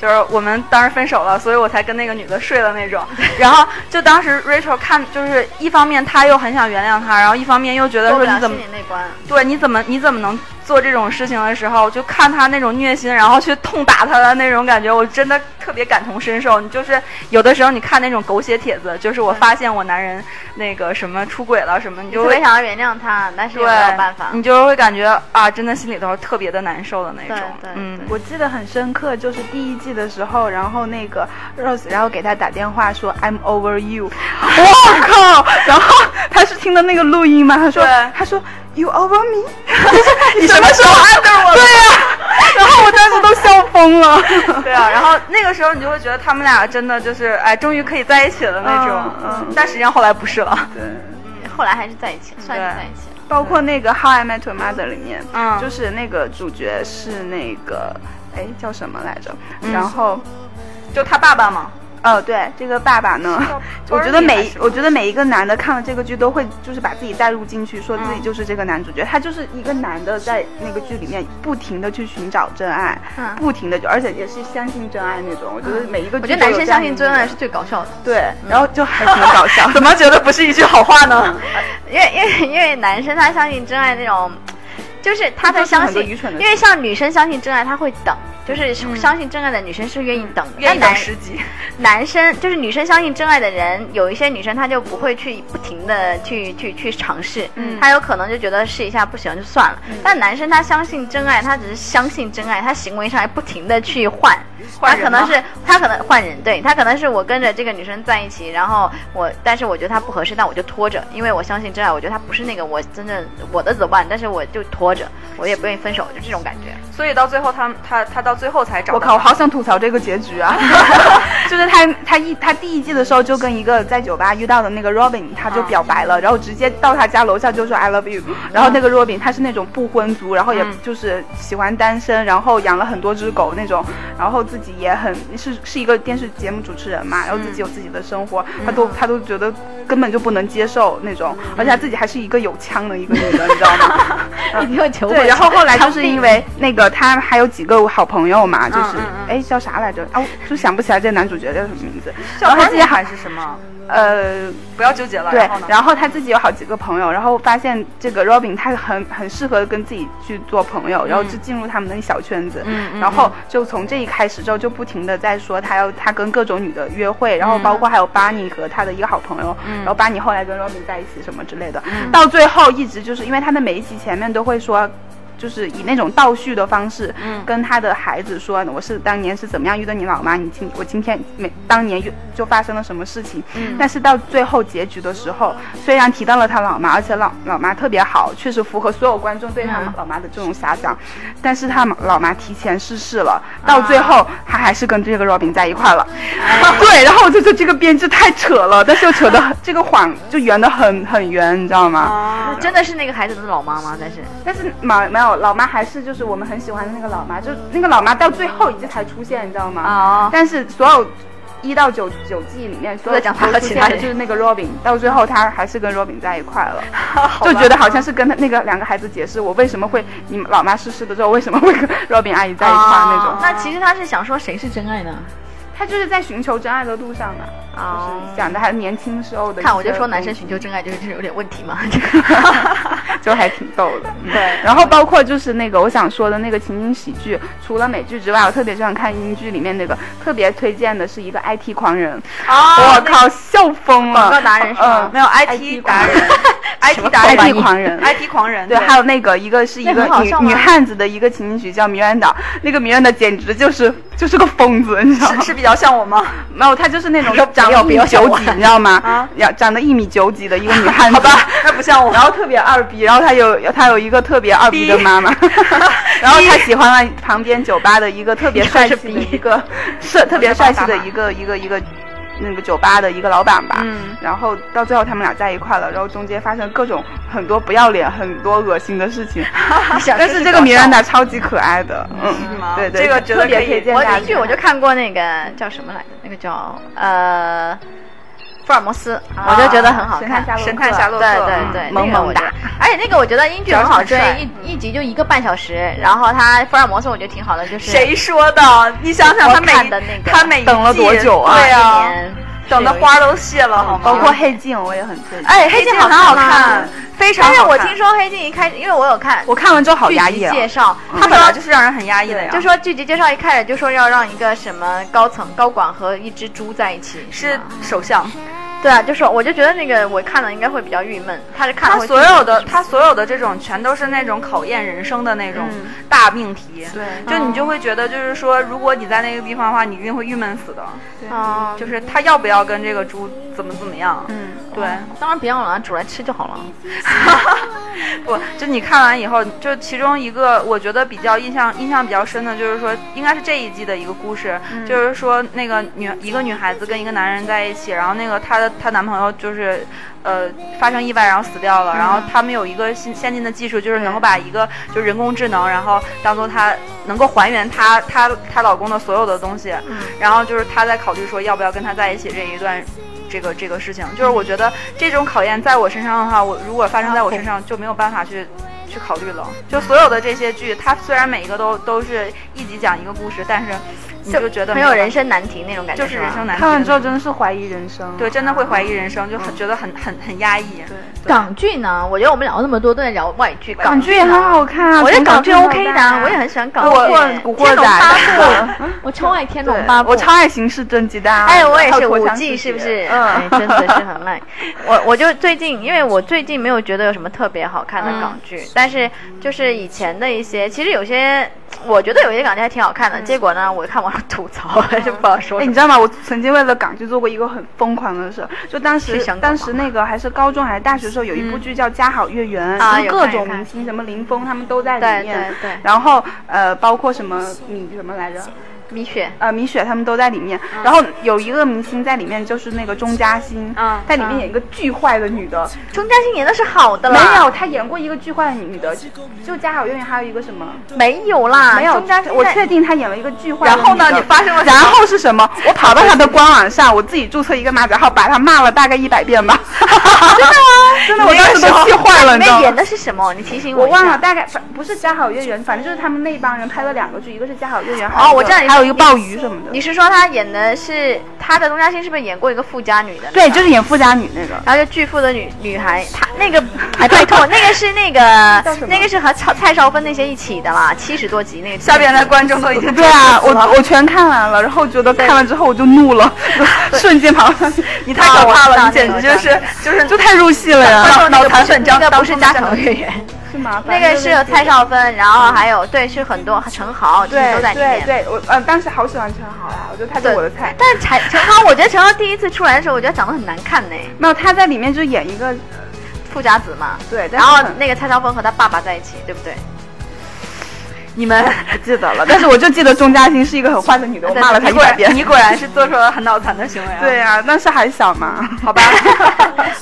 S2: 就是我们当时分手了，所以我才跟那个女的睡了那种。 然后就当时 Rachel 看，就是一方面她又很想原谅他，然后一方面又觉得
S1: 过不
S2: 说
S1: 了
S2: 你怎么
S1: 心里那关。
S2: 对，你怎么你怎么能做这种事情的时候，就看他那种虐心，然后去痛打他的那种感觉，我真的特别感同身受。你就是有的时候你看那种狗血帖子，就是我发现我男人那个什么出轨了什么，你
S1: 你
S2: 就
S1: 特别
S2: 会
S1: 想要原谅他，但是
S2: 对
S1: 又没有办法。
S2: 你就会感觉啊，真的心里头特别的难受的那种。
S1: 对对
S2: 嗯，
S3: 我记得很深刻，就是第一季的时候，然后那个 Rose，然后给他打电话说 I'm over you，我靠！ 然后他是听的那个录音嘛，他说
S2: 对
S3: 他说 You over me，
S2: 你什么时候 under 我？对呀、
S3: 然后我当时都笑 疯了。
S2: 对啊，然后那个时候你就会觉得他们俩真的就是哎，终于可以在一起了那种。
S3: 嗯嗯
S2: 但实际上后来不是了。
S3: 对，
S1: 后来还是在一起，算是在一起了。
S3: 包括那个 How I Met Your Mother 里面，
S2: 嗯
S3: 就是那个主角是那个哎叫什么来着？
S2: 嗯
S3: 然后。
S2: 就他爸爸嘛。
S3: 哦，对，这个爸爸呢，
S2: 叫
S3: 我觉得
S2: Barney 还
S3: 每
S2: 是
S3: 我觉得每一个男的看了这个剧都会就是把自己带入进去，说自己
S2: 嗯。
S3: 就是这个男主角，他就是一个男的在那个剧里面不停的去寻找真爱，
S1: 嗯
S3: 不停的，而且也是相信真爱那种。我觉得每一个
S1: 我
S3: 剧
S1: 觉得
S3: 都
S1: 男
S3: 有
S1: 生
S3: 这样
S1: 相
S3: 的
S1: 信
S3: 一
S1: 真爱
S3: 面
S1: 是最嗯搞笑的，
S3: 对，然后就还挺搞笑
S2: 怎么觉得不是一句好话呢？
S1: 因为因为因为男生他相信真爱那种，就是他
S3: 就
S1: 的
S3: 是
S1: 相
S3: 很多
S1: 信，
S3: 愚蠢的
S1: 因为像女生相信真爱，她会等，就是
S2: 嗯
S1: 相信真爱的女生是愿意等的，
S2: 愿意
S1: 但
S2: 等
S1: 男
S2: 十集，
S1: 男生就是女生相信真爱的人，有一些女生她就不会去不停的去去去尝试，
S2: 嗯
S1: 她有可能就觉得试一下不行就算了。但男生他相信真爱，他只是相信真爱，他行为上还不停的去换，
S2: 换
S1: 他
S2: 人
S1: 可能
S2: 吗
S1: 是他可能换人，对他可能是我跟着这个女生在一起，然后我但是我觉得她不合适，但我就拖着，因为我相信真爱，我觉得她不是那个我真正我的 the one，但是我就拖着，我也不愿意分手，就这种感觉。
S2: 所以到最后他他他到最后才找到
S3: 我
S2: 他。
S3: 靠，我好想吐槽这个结局啊！就是他他一他第一季的时候就跟一个在酒吧遇到的那个 Robin，他就表白了，然后直接到他家楼下就说 I love you。然后那个 Robin 他是那种不婚族，然后也
S2: 嗯
S3: 就是喜欢单身，然后养了很多只狗那种，然后自己也很是是一个电视节目主持人嘛，然后自己有自己的生活，他都他都觉得根本就不能接受那种，而且他自己还是一个有枪的一个女的，你知道吗？
S1: 一定要求
S3: 对，然后后来就是因为那个他还有几个好朋友嘛，就是
S2: 哎嗯嗯
S3: 哎叫啥来着啊，我就想不起来这男主角叫什么名字。
S2: 叫
S3: 然后他自己好
S2: 还是什么？
S3: 呃
S2: 不要纠结了。
S3: 对
S2: 然后，呢？
S3: 然后他自己有好几个朋友，然后发现这个 Robin 他很很适合跟自己去做朋友，然后就进入他们的小圈子。
S2: 嗯嗯
S3: 然后就从这一开始之后，就不停的在说他要他跟各种女的约会，然后
S2: 嗯
S3: 包括还有巴尼和他的一个好朋友，
S2: 嗯
S3: 然后巴尼后来跟 Robin 在一起什么之类的，到最后一直就是因为他们每一集前面都会说。就是以那种倒叙的方式，
S2: 嗯
S3: 跟他的孩子说，我是当年是怎么样遇到你老妈，你今我今天每当年遇就发生了什么事情，
S2: 嗯
S3: 但是到最后结局的时候，虽然提到了他老妈，而且老老妈特别好，确实符合所有观众对他
S2: 嗯
S3: 老妈的这种遐想，但是他老妈提前逝世了，
S2: 啊
S3: 到最后他还是跟这个 Robin 在一块了。
S2: 哎
S3: 对，然后我就觉得这个编剧太扯了，但是又扯的这个谎就圆的很很圆，你知道吗？
S2: 啊，
S1: 真的是那个孩子的老妈吗？但是
S2: 嗯
S3: 但是没没有老妈还是就是我们很喜欢的那个老妈，就那个老妈到最后一季才出现，你知道吗？
S1: 啊
S2: 哦
S3: 但是所有一到九九季里面，所有
S1: 都在讲
S3: 都
S1: 他和
S3: 出
S1: 其
S3: 现
S1: 他
S3: 的
S1: 人
S3: 就是那个 Robin，到最后他还是跟 Robin 在一 块了，
S2: 好吧
S3: 就觉得好像是跟他那个两个孩子解释我为什么会你老妈逝世的时候为什么会跟 Robin 阿姨在一块那种，
S1: 那其实他是想说谁是真爱呢？
S3: 他就是在寻求真爱的路上嘛，
S1: 哦
S3: 就是讲的还年轻时候的一些东西。
S1: 看我就说男生寻求真爱就是就是有点问题 嘛。
S3: 就还挺逗的。嗯
S2: 对
S3: 然后包括就是那个我想说的那个情景喜剧，除了美剧之外，我特别喜欢看英剧里面那个，特别推荐的是一个 IT 狂人，
S2: 啊，
S3: 我靠，笑疯了！
S1: 哦广告达人是吗
S3: 嗯
S2: 没有 IT 达 人，IT 达
S1: 什么
S2: 人
S1: 玩
S3: ，IT
S1: 意
S3: 狂人。
S2: ，IT 狂人，
S3: 对，还有那个一个是一
S1: 那
S3: 个
S1: 很好
S3: 女
S1: 笑吗
S3: 女汉子的一个情景喜剧叫《迷人岛》，那个迷人的简直就是就是个疯子，你知道吗
S2: 是？是比较像我吗？
S3: 没有，她就是那种
S1: 不要
S3: 长
S1: 不要
S3: 得一
S1: 不
S3: 米
S1: 要笑
S3: 九
S1: 我
S3: 几，你知道吗
S2: 啊？
S3: 要长得一米九几的一个女汉子，好吧，
S2: 那不像我。
S3: 然后特别二逼，然后他有他有一个特别二逼的妈妈， 然后他喜欢了旁边酒吧的一个特别帅气的一个是特别帅气的一个一个一个那个酒吧的一个老板吧。
S2: 嗯
S3: 然后到最后他们俩在一块了，然后中间发生各种很多不要脸、很多恶心的事情，
S2: 嗯
S3: 但是这个米兰达超级可爱的，嗯，
S2: 是吗
S3: 对对，
S2: 这个觉
S3: 特
S2: 得
S3: 别
S2: 可以
S3: 推荐
S1: 我
S3: 大家。嗯
S2: 啊
S1: 第一句我就看过那个叫什么来着？那个叫呃福尔摩斯，我就觉得很好
S3: 神探
S1: 看。
S2: 哦
S3: 夏洛克，
S2: 啊神探夏洛
S1: 对
S2: 克
S1: 啊对对，那
S3: 嗯萌
S1: 个我
S3: 萌
S1: 觉
S3: 哒
S1: 得，而且那个我觉得英剧很好追
S2: 主要是很，帅
S1: 一一集就一个半小时，然后他福尔摩斯我觉得挺好的，就是
S2: 谁说的？你想想，
S1: 我
S2: 他每
S1: 看的那个
S2: 他每一
S3: 等了
S2: 季
S3: 多久啊
S2: 对
S1: 一
S2: 啊，
S1: 年
S2: 等的
S1: 是有一
S2: 花都谢了，好吗？
S3: 包括黑镜我也很推荐。
S2: 哎，黑镜很好
S1: 黑镜好看
S2: 看啊
S1: 吗，
S2: 非常好
S1: 但是
S2: 看。
S1: 我听说黑镜一开始，因为我有看
S3: 我看完之后好
S1: 剧
S3: 压
S1: 集
S3: 抑啊！
S1: 介绍，
S2: 它
S1: 他
S2: 本
S1: 们
S2: 来就是让人很压抑的呀，
S1: 就说剧集介绍一开始就说要让一个什么高层高管和一只猪在一起，
S2: 是
S1: 吗
S2: 首相，
S1: 对啊，就是我就觉得那个我看了应该会比较郁闷，他是看了
S2: 他
S1: 会
S2: 所有的他所有的这种全都是那种考验人生的那种
S3: 嗯
S2: 大命题。
S3: 对
S2: 就你就会觉得，就是说，如果你在那个地方的话，你一定会郁闷死的。
S3: 对，
S1: 啊，
S2: 就是他要不要跟这个猪怎么怎么样？
S3: 嗯，
S2: 对，
S1: 当然不要了，啊煮来吃就好了。
S2: 不，就你看完以后，就其中一个我觉得比较印象印象比较深的，就是说应该是这一季的一个故事，
S3: 嗯
S2: 就是说那个女一个女孩子跟一个男人在一起，然后那个她的她男朋友就是。呃，发生意外然后死掉了，然后他们有一个新先进的技术，就是能够把一个就是人工智能，然后当做她能够还原她她她老公的所有的东西，然后就是她在考虑说要不要跟他在一起这一段这个这个事情，就是我觉得这种考验在我身上的话，我如果发生在我身上就没有办法去去考虑了。就所有的这些剧，它虽然每一个都都是一集讲一个故事，但是你就觉得
S1: 很
S2: 没
S1: 有
S2: 有
S1: 人
S2: 办
S1: 生难题那种感
S2: 法，
S1: 觉，
S2: 就是人生
S1: 吧。
S2: 难题。
S3: 看完之后真的是怀疑人生。
S2: 对，真的会怀疑人生，就很觉得很很很压抑。
S3: 对，
S1: 港剧呢，我觉得我们聊了那么多都在聊外剧，
S3: 港
S1: 港
S3: 剧也很好看啊，
S1: 我觉得
S3: 从小
S1: 港剧
S3: 看到
S1: OK 的
S3: 大
S1: 啊，我也很喜欢港
S3: 我
S1: 剧。
S3: 古
S1: 天
S3: 惑
S1: 龙八
S3: 仔
S1: 部， 我超爱《天龙八部》，
S3: 嗯我超爱《刑事侦缉档案》。
S1: 哎，我也
S3: 还
S1: 是
S3: 有
S1: 五
S3: 国强
S1: G
S3: 自
S1: 是不
S3: 己
S1: 是？哎
S3: 嗯，，
S1: 真的是很烂。我我就最近，因为我最近没有觉得有什么特别好看
S3: 嗯
S1: 的港剧，但是就是以前的一些，其实有些我觉得有些港剧还挺好看的。结果呢，我看网上吐槽，就不好说
S3: 嗯
S1: 什
S3: 哎，你
S1: 么。
S3: 知道吗？我曾经为了港剧做过一个很疯狂的事，就当时
S1: 去香港嗯
S3: 当时那个还是高中还是大学时候，有一部剧叫《家好月圆》，
S1: 啊
S3: 就是
S1: 有
S3: 各
S1: 看有
S3: 种
S1: 看
S3: 明星，什么林峰他们都在
S1: 对
S3: 里面。
S1: 对对
S3: 然后呃，包括什么米什么来着？
S1: 米雪，
S3: 呃，米雪他们都在里面。然后有一个明星在里面，就是那个钟嘉欣
S2: 嗯，
S3: 在里面演一个巨坏的女的。
S1: 钟嘉欣演的是好的
S3: 没
S1: 啦，
S3: 有，她演过一个巨坏的女的，就就《家好月圆》，还有一个什么？
S1: 没有啦，
S3: 没有
S1: 啊钟嘉，欣
S3: 我
S1: 在
S3: 确定她演了一个巨坏的
S2: 然
S3: 女的。
S2: 后呢，你发生了什
S3: 然
S2: 么？
S3: 后是什么？我跑到他的官网上，我自己注册一个马甲号，把他骂了大概一百遍吧。真的吗？ 真的，我当时都气坏了，
S1: 里
S3: 你
S1: 面
S3: 知道
S1: 演
S3: 吗？
S1: 的是什么？你提醒
S3: 我
S1: 一
S3: 忘了，
S1: 下。
S3: 大概反不是《家好月圆》，反正就是他们那帮人拍了两个剧，一个是《家好月圆》，还
S1: 哦
S3: 有一个
S1: 我知道你
S3: 还有一个鲍鱼什么的
S1: 你。是说她演的是她的钟嘉欣是不是演过一个富家女的那个？
S3: 对，就是演富家女那个。
S1: 然后就巨富的女女孩，她那个，哎，拜托，那个是那个
S3: 叫什么
S1: 那个是和蔡蔡少芬那些一起的啦，七十多集那个。
S2: 下边的观众都已经
S3: 对啊，我我全看完了，然后觉得看完之后我就怒了， 瞬间跑上去，
S2: 你太可怕
S1: 啊我
S2: 了，你
S1: 知道
S2: 简直
S1: 那个
S2: 就
S1: 我知
S2: 是就是
S3: 就太入戏 了呀。
S2: 脑脑残粉
S1: 那
S2: 章，
S1: 个不是
S2: 当
S1: 家
S2: 中的
S1: 常月圆，
S3: 是吗？
S1: 那个是和蔡少芬，然后还有对是很多陈豪，这
S3: 对
S1: 些都在里
S3: 对
S1: 面。
S3: 对，我呃当时好喜欢陈豪啊，我觉得他是我的菜。
S1: 但陈陈豪，我觉得陈豪第一次出来的时候，我觉得长得很难看呢，
S3: 没有，他在里面就演一个
S1: 富家子嘛。
S3: 对，
S1: 然
S3: 但是
S1: 后
S3: 很
S1: 那个蔡少芬和他爸爸在一起，对不对？
S2: 你 们
S3: 不记得 了，但是我就记得钟嘉欣是一个很坏的女的，我骂了她
S2: 你
S3: 一
S2: 果
S3: 百遍
S2: 然。你果然是做出了很脑残的行为啊！
S3: 对啊，但是还小嘛，
S2: 好 吧，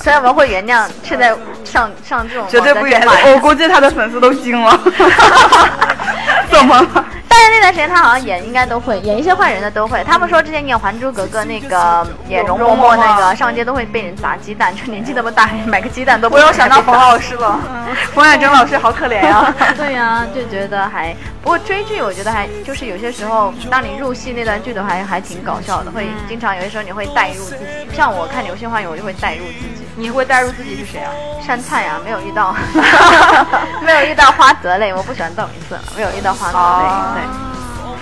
S1: 所以我们会原谅现在上上这种
S2: 绝对不原谅
S3: 我估计她的粉丝都 惊 了。怎么了？
S1: 但是那段时间他好像演应该都会演一些坏人的都会。他们说之前演《还珠格格》那个演容嬷啊嬷那个上街都会被人砸鸡蛋，就年纪那么大还买个鸡 蛋都不
S2: 我
S1: 会
S2: 又想到冯老师了，
S3: 嗯
S2: 冯远征老师好可怜呀、
S1: 对呀、就觉得还不过追剧，我觉得还就是有些时候，当你入戏那段剧的还还挺搞笑的，会经常有些时候你会带入自己。像我看《流星花园》，我就会带入自己。
S2: 你会带入自己是谁啊？
S1: 山菜啊，没有遇 到，没有遇到花泽类，我不喜欢道明寺，没有遇到花泽类，
S2: 哦
S1: 对。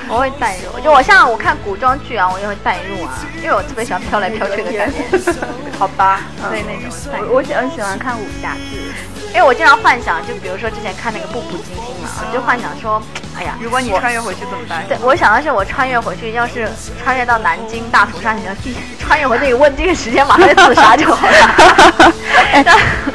S1: 我会带入，就我像我看古装剧啊，我也会带入啊，因为我特别喜欢飘来飘去的感觉，
S2: 好吧，
S1: 所以那种带入。
S3: 我我喜很喜欢看武侠剧，
S1: 因为我经常幻想，就比如说之前看那个《步步惊心》嘛，我就幻想说，哎呀，
S2: 如果你穿越回去怎么办？
S1: 对，我想的是我穿越回去，要是穿越到南京大屠杀，你要第穿越回那里问这个时间，马上就自杀就 好了。哎，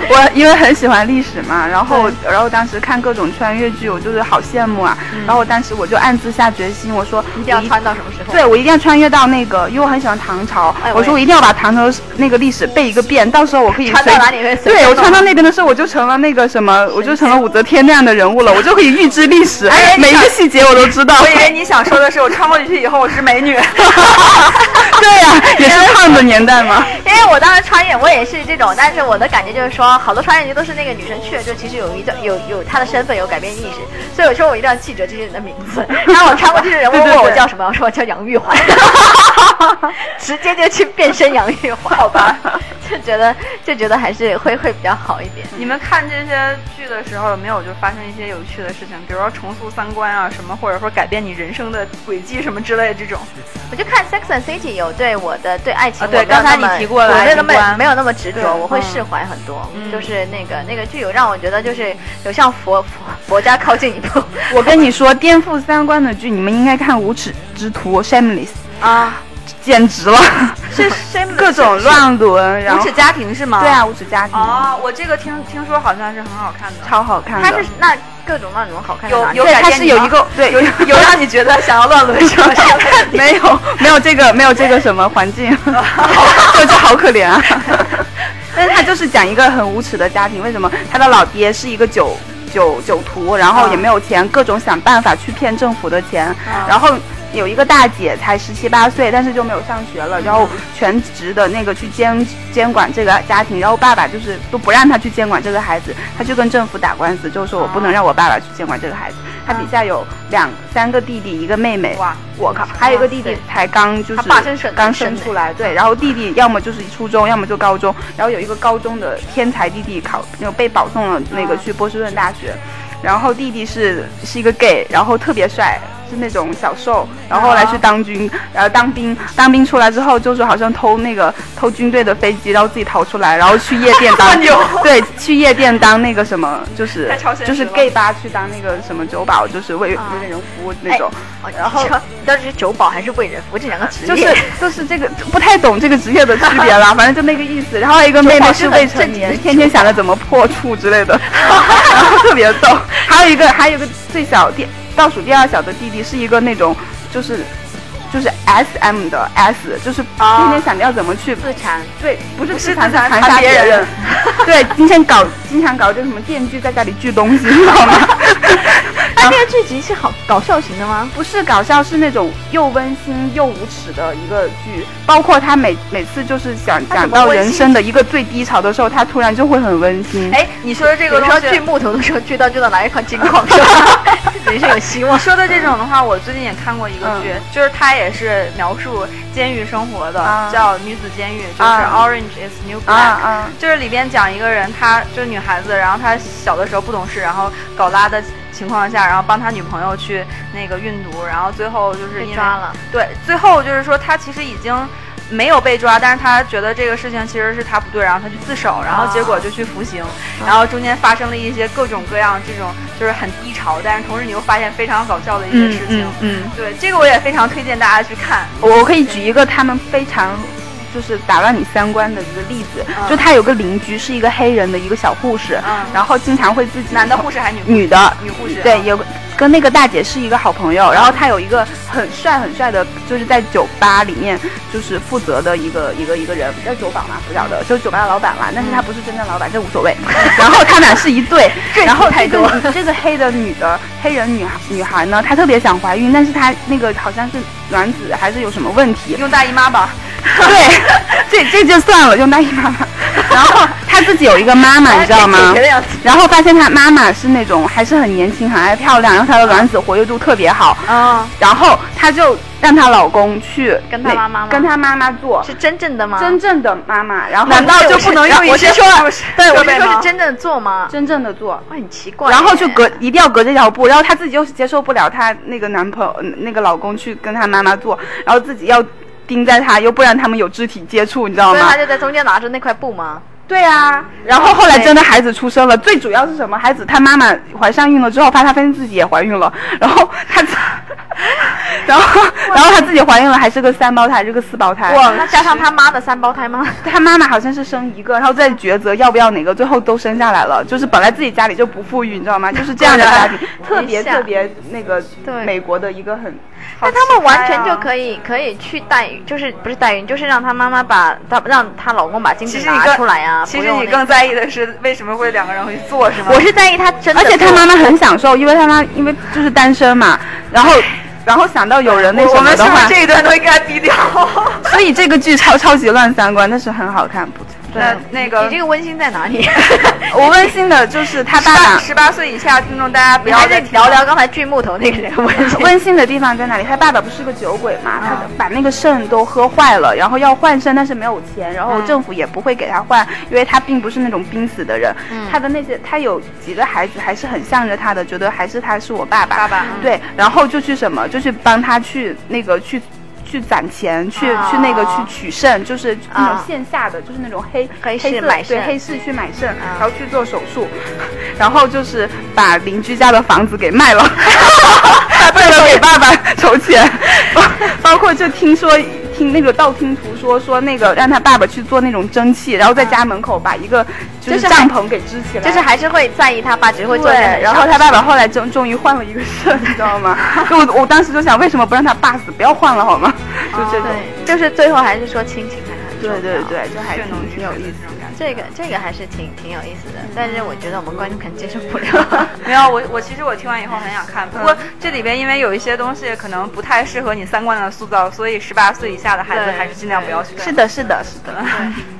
S3: 我因为很喜欢历史嘛，然后然后当时看各种穿越剧，我就是好羡慕啊。
S2: 嗯
S3: 然后当时我就暗自下决心，我说
S1: 一定要
S3: 我
S1: 穿到什么时候？
S3: 对，我一定要穿越到那个，因为我很喜欢唐朝。
S1: 哎我
S3: 我说
S1: 也
S3: 我一定要把唐朝那个历史背一个遍，到时候我可以
S1: 穿到
S3: 随
S1: 哪里会随
S3: 对
S1: 便
S3: 我
S2: 啊
S1: 弄
S3: 穿到那边的时候，我就成了那个什么，我就成了武则天那样的人物了，我就可以预知历史，
S1: 哎
S3: 每一个细节我都知道。
S2: 我以为你想说的是我穿过去以后我是美女，
S3: 对呀、也是胖子年代嘛。
S1: 因为我当时穿越我也是这种，但是我的感觉就是说，好多穿越剧都是那个女生去了之后，其实有一段有有她的身份有改变意识，所以我说我一定要记着这些人的名 字。然后我穿过去的人问
S3: 对对
S1: 问我
S3: 对
S1: 叫什么，我说我叫杨玉环，直接就去变身杨玉环，好吧？ 就觉得就觉得还是会会比较好一点。
S2: 你们看这些剧的时候，有没有就发生一些有趣的事情，比如说重塑三观啊什么，或者说改变你人生的轨迹什么之类的这种？
S1: 我就看《Sex and City》有对我的对爱情
S2: 啊
S1: 我没
S2: 对
S1: 有那么，
S2: 刚才你提过了
S1: 我没有
S2: 爱
S1: 那
S2: 情
S1: 么
S2: 观
S1: 没有那么执
S2: 对
S1: 着，我会
S2: 嗯
S1: 释怀很多。
S2: 嗯
S1: 就是那个那个剧有让我觉得就是有向佛佛佛家靠近一步。
S3: 我跟你说，颠覆三观的剧，你们应该看《无耻之徒》（Shameless），
S2: 啊，
S3: 简直了，
S2: 是是
S3: 各种乱伦，然
S2: 无
S3: 后
S2: 耻家庭是吗？
S3: 对。啊，无耻家庭、
S2: 哦，我这个听听说好像是很好看的，
S3: 超好看的。
S1: 它是那各种乱伦好看在
S2: 有
S1: 哪里，
S2: 有
S3: 对，
S2: 改
S3: 它
S2: 变
S3: 是
S2: 你
S3: 有
S2: 吗
S3: 一个 对有
S2: 有让你觉得想要乱伦什么之类的
S3: 没有没有这个没有这个什么环境，我就好可怜啊。但是他就是讲一个很无耻的家庭，为什么他的老爹是一个酒酒酒徒，然后也没有钱，各种想办法去骗政府的钱，
S2: 嗯
S3: 然后。有一个大姐才十七八岁，但是就没有上学了，然后全职的那个去监监管这个家庭，然后爸爸就是都不让他去监管这个孩子，他就跟政府打官司，就是说我不能让我爸爸去监管这个孩子。他底下有两三个弟弟，一个妹妹，
S2: 哇，
S3: 我靠，还有一个弟弟才刚就是
S1: 他爸真是很
S3: 刚
S1: 神
S3: 生
S1: 呢
S3: 出来，对，然后弟弟要么就是初中，要么就高中，然后有一个高中的天才弟弟考那个被保送了那个
S2: 嗯
S3: 去波士顿大学，然后弟弟是是一个 gay，然后特别帅。是那种小瘦，然后后来去当军，然后当兵，当兵出来之后就是好像偷那个偷军队的飞机，然后自己逃出来，然后去夜店当
S2: 牛，
S3: 对，去夜店当那个什么，就是
S2: 太超现实
S3: 就是
S2: 了
S3: gay 吧，去当那个什么酒保，就是为为人服务那种。
S1: 哦
S3: 然后
S1: 你说你到底是酒保还是为人服这两个职业？
S3: 就是就是这个不太懂这个职业的区别啦，反正就那个意思。然后还有一个妹妹是未成年，天天想着怎么破处之类的， 然后特别逗。还有一个还有一个最小第倒数第二小的弟弟是一个那种就是就是 S M 的 S，就是
S2: 啊
S3: 天天想着要怎么去
S1: 自残，
S3: 对，不是
S2: 不是
S3: 自残
S2: 自残
S3: 残
S2: 残
S3: 杀
S2: 别
S3: 别
S2: 人
S3: 人，对，经常搞经常搞这什么电锯在家里锯东西，知道吗？啊
S1: 那这个剧集是好搞笑型的吗？
S3: 不是搞笑，是那种又温馨又无耻的一个剧。包括他每每次就是想
S2: 它怎
S3: 讲
S2: 么
S3: 到
S2: 温
S3: 人
S2: 馨
S3: 生的一个最低潮的时候，他突然就会很温馨。
S2: 哎，你说的这
S1: 这
S2: 个
S1: 个
S2: 东
S1: 说
S2: 西，
S1: 锯木头的时候锯到锯到哪一块金矿是吧？人生有希望
S2: 我。说的这种的话，我最近也看过一个
S3: 嗯
S2: 剧，就是它也是描述监狱生活的，
S3: 啊
S2: 叫《女子监狱》，就是
S3: 啊
S2: Orange is New Black、
S3: 啊啊！
S2: 就是里边讲一个人，她就是女孩子，然后她小的时候不懂事，然后搞拉的情况下，然后帮她女朋友去那个运毒，然后最后就是
S1: 被
S2: 因为
S1: 抓了，
S2: 对，最后就是说他其实已经没有被抓，但是他觉得这个事情其实是他不对，然后他去自首，然后结果就去服刑，然后中间发生了一些各种各样这种就是很低潮，但是同时你又发现非常搞笑的一些
S3: 嗯
S2: 事情。
S3: 嗯嗯，
S2: 对，这个我也非常推荐大家去看。
S3: 我可以举一个他们非常。就是打乱你三观的一个例子，
S2: 嗯
S3: 就他有个邻居是一个黑人的一个小护士，
S2: 嗯
S3: 然后经常会自己
S2: 男的护嗯士还是女护啊士？
S3: 女的
S2: 女护士
S3: 对，有个跟那个大姐是一个好朋友，然后她有一个很帅很帅的，就是在酒吧里面就是负责的一个一个一个人，叫酒保嘛，不晓得，就是酒吧的老板嘛，但是他不是真正老板，这无所谓。 然后他俩是一对，然后这个这个黑的女的黑人女孩女孩呢，她特别想怀孕，但是她那个好像是卵子还是有什么问题，
S2: 用大姨妈吧，
S3: 对，这这就算了，用大姨妈吧。然后她自己有一个妈
S2: 啊
S3: 妈，你 知道
S2: 哎
S3: 吗？然后发现她妈妈是那种还是很年轻、很爱漂亮，然后她的卵子活跃度特别好，
S2: 啊、
S3: 然后她就让她老公去
S1: 跟她
S3: 那
S1: 妈妈吗
S3: 跟她妈妈做
S1: 是真正的吗？
S3: 真正的妈妈，然后
S2: 难道就不能用一
S1: 我
S2: 些
S1: 是说
S2: 护士，
S1: 对，我
S2: 设
S1: 是
S2: 备
S1: 说
S2: 吗
S1: 是真正的做吗？
S3: 真正的做。
S1: 哇，很奇怪耶。
S3: 然后就隔一定要隔着一条布，然后她自己又接受不了她那个男朋友那个老公去跟她妈妈做，然后自己要盯在她，又不然他们有肢体接触，你知道
S1: 所以
S3: 吗
S1: 他？就在中间拿着那块布吗？
S3: 对啊，然后后来真的孩子出生了，最主要是什么？孩子她妈妈怀上孕了之后，发她发现自己也怀孕了，然后她自然后然后她自己怀孕了，还是个三胞胎，还是个四胞胎。
S1: 哇，哎那加上他妈的三胞胎吗？
S3: 她妈妈好像是生一个，然后再抉择要不要哪个，最后都生下来了。就是本来自己家里就不富裕，你知道吗？就是这样的家庭，特别特别那个
S1: 对
S3: 美国的一个很。
S1: 那他们完全就
S3: 以。
S1: 可以可以去代孕，就是不是代孕，就是让她妈妈把她让她老公把精
S2: 其
S1: 子
S2: 实你
S1: 拿
S2: 更
S1: 出来呀、
S2: 其
S1: 不
S2: 实
S1: 用
S2: 你
S1: 那
S2: 更
S1: 个
S2: 在意的是为什么会两个人会去做是吗？
S1: 我是在意她真的，
S3: 而且他妈。妈很享受，因为他妈因为就是单身嘛，然后然后想到有人那
S2: 我
S3: 什
S2: 我
S3: 么
S2: 们是
S3: 的
S2: 不是
S3: 话，
S2: 这一段都应该低 调？
S3: 所以这个剧超超级乱三观，但是很好看，不错。
S2: 那那个
S1: 你这个温馨在哪 里？
S3: 我温馨的就是他爸 爸
S2: 十八岁以下听众，大家不
S1: 你
S2: 要
S1: 还
S2: 再
S1: 得
S2: 听
S1: 聊聊刚才锯木头那个人的问 题。
S3: 温馨的地方在哪里？他爸爸不是个酒鬼嘛，
S1: 啊
S3: 他把那个肾都喝坏了，然后要换肾，但是没有钱，然后政府也不会给他换，因为他并不是那种濒死的人。
S1: 嗯
S3: 他的那些他有几个孩子还是很向着他的，觉得还是他是我爸爸。
S2: 爸爸嗯
S3: 对，然后就去什么，就去帮他去那个去。去攒钱，去、
S1: 啊
S3: 去那个去取肾，就是那种
S1: 啊
S3: 线下的，就是那种黑
S1: 黑市
S3: 市
S1: 买
S3: 对
S1: 肾
S3: 黑市去买肾，然后去做手术， 然后就是把邻居家的房子给卖 了，为了给爸爸筹钱， 包包括就听说听那个道听途说说那个让他爸爸去做那种蒸汽，然后在家门口把一个
S1: 就
S3: 就
S1: 是是
S3: 帐篷给支起来，
S1: 就是还是会在意他爸，只是会做一
S3: 对
S1: 些很，
S3: 然后
S1: 少的
S3: 他爸爸后来终终于换了一个肾，你知道 吗？就我我当时就想，为什么不让他爸死，不要换了好吗？就这种，
S1: 对，就是最后还是说亲情还是很重要
S3: 哦对对对，就还挺挺有意思。
S2: 思。
S1: 这个这个还是挺挺有意思的，但是我觉得我们观众可能接受不 了。
S2: 没有，我我其实我听完以后很想
S1: 嗯
S2: 看，不过这里边因为有一些东西可能不太适合你三观的塑造，所以十八岁以下的孩子
S1: 对
S2: 还是尽量不要去看。
S3: 是的，是的，是的。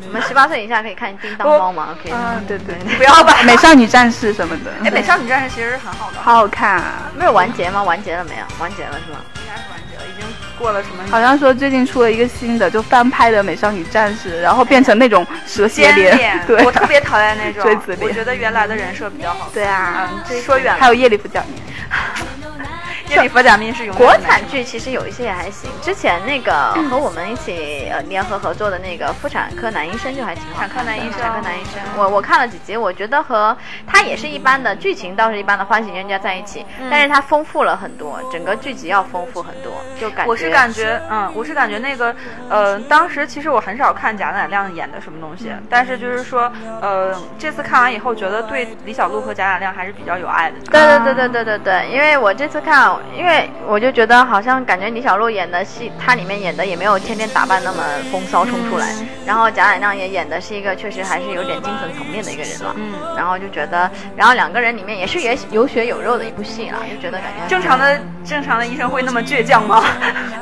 S1: 我们十八岁以下可以看《叮当
S2: 我
S1: 猫》吗？OK，
S3: 嗯，对对 对，
S2: 不要吧。
S3: 美少女战士什么的，
S2: 哎，美少女战士其实是很好的，
S3: 好好看啊！
S1: 没有完结吗？完结了没有？完结了是吗？
S2: 应该是完结了，已经过了什么
S3: 好像说最近出了一个新的，就翻拍的《美少女战士》，然后变成那种蛇蝎
S2: 尖
S3: 脸，
S2: 脸，
S3: 对，
S2: 我特别讨 厌那种
S3: 锥子。脸
S2: 我觉得原来的人设比较好。
S3: 对啊
S2: 嗯，这说远
S3: 还
S2: 了。
S3: 有夜里不讲面，
S2: 夜里佛假面是永远
S1: 国
S2: 的美
S1: 产剧其实有一些也还行，之前那个和我们一起呃联合合作的那个《妇产科男医生》就还挺好看的。
S2: 妇产科男医生
S1: 妇产科男医生，我我看了几集，我觉得和它也是一般的剧情倒是一般的，欢喜冤家在一起，
S2: 嗯
S1: 但是它丰富了很多，整个剧集要丰富很多，就感觉
S2: 我是感觉，嗯，我是感觉那个，呃，当时其实我很少看贾乃亮演的什么东西，但是就是说，呃，这次看完以后觉得对李小璐和贾乃亮还是比较有爱的。
S1: 对对对对对对对，因为我这次看，因为我就觉得好像感觉李小璐演的戏，她里面演的也没有天天打扮那么风骚冲出来，
S2: 嗯
S1: 然后贾乃亮也演的是一个确实还是有点精神层面的一个人了，
S2: 嗯，
S1: 然后就觉得，然后两个人里面也是也有血有肉的一部戏啦，就觉得感觉还
S2: 正常的正常的医生会那么倔强吗？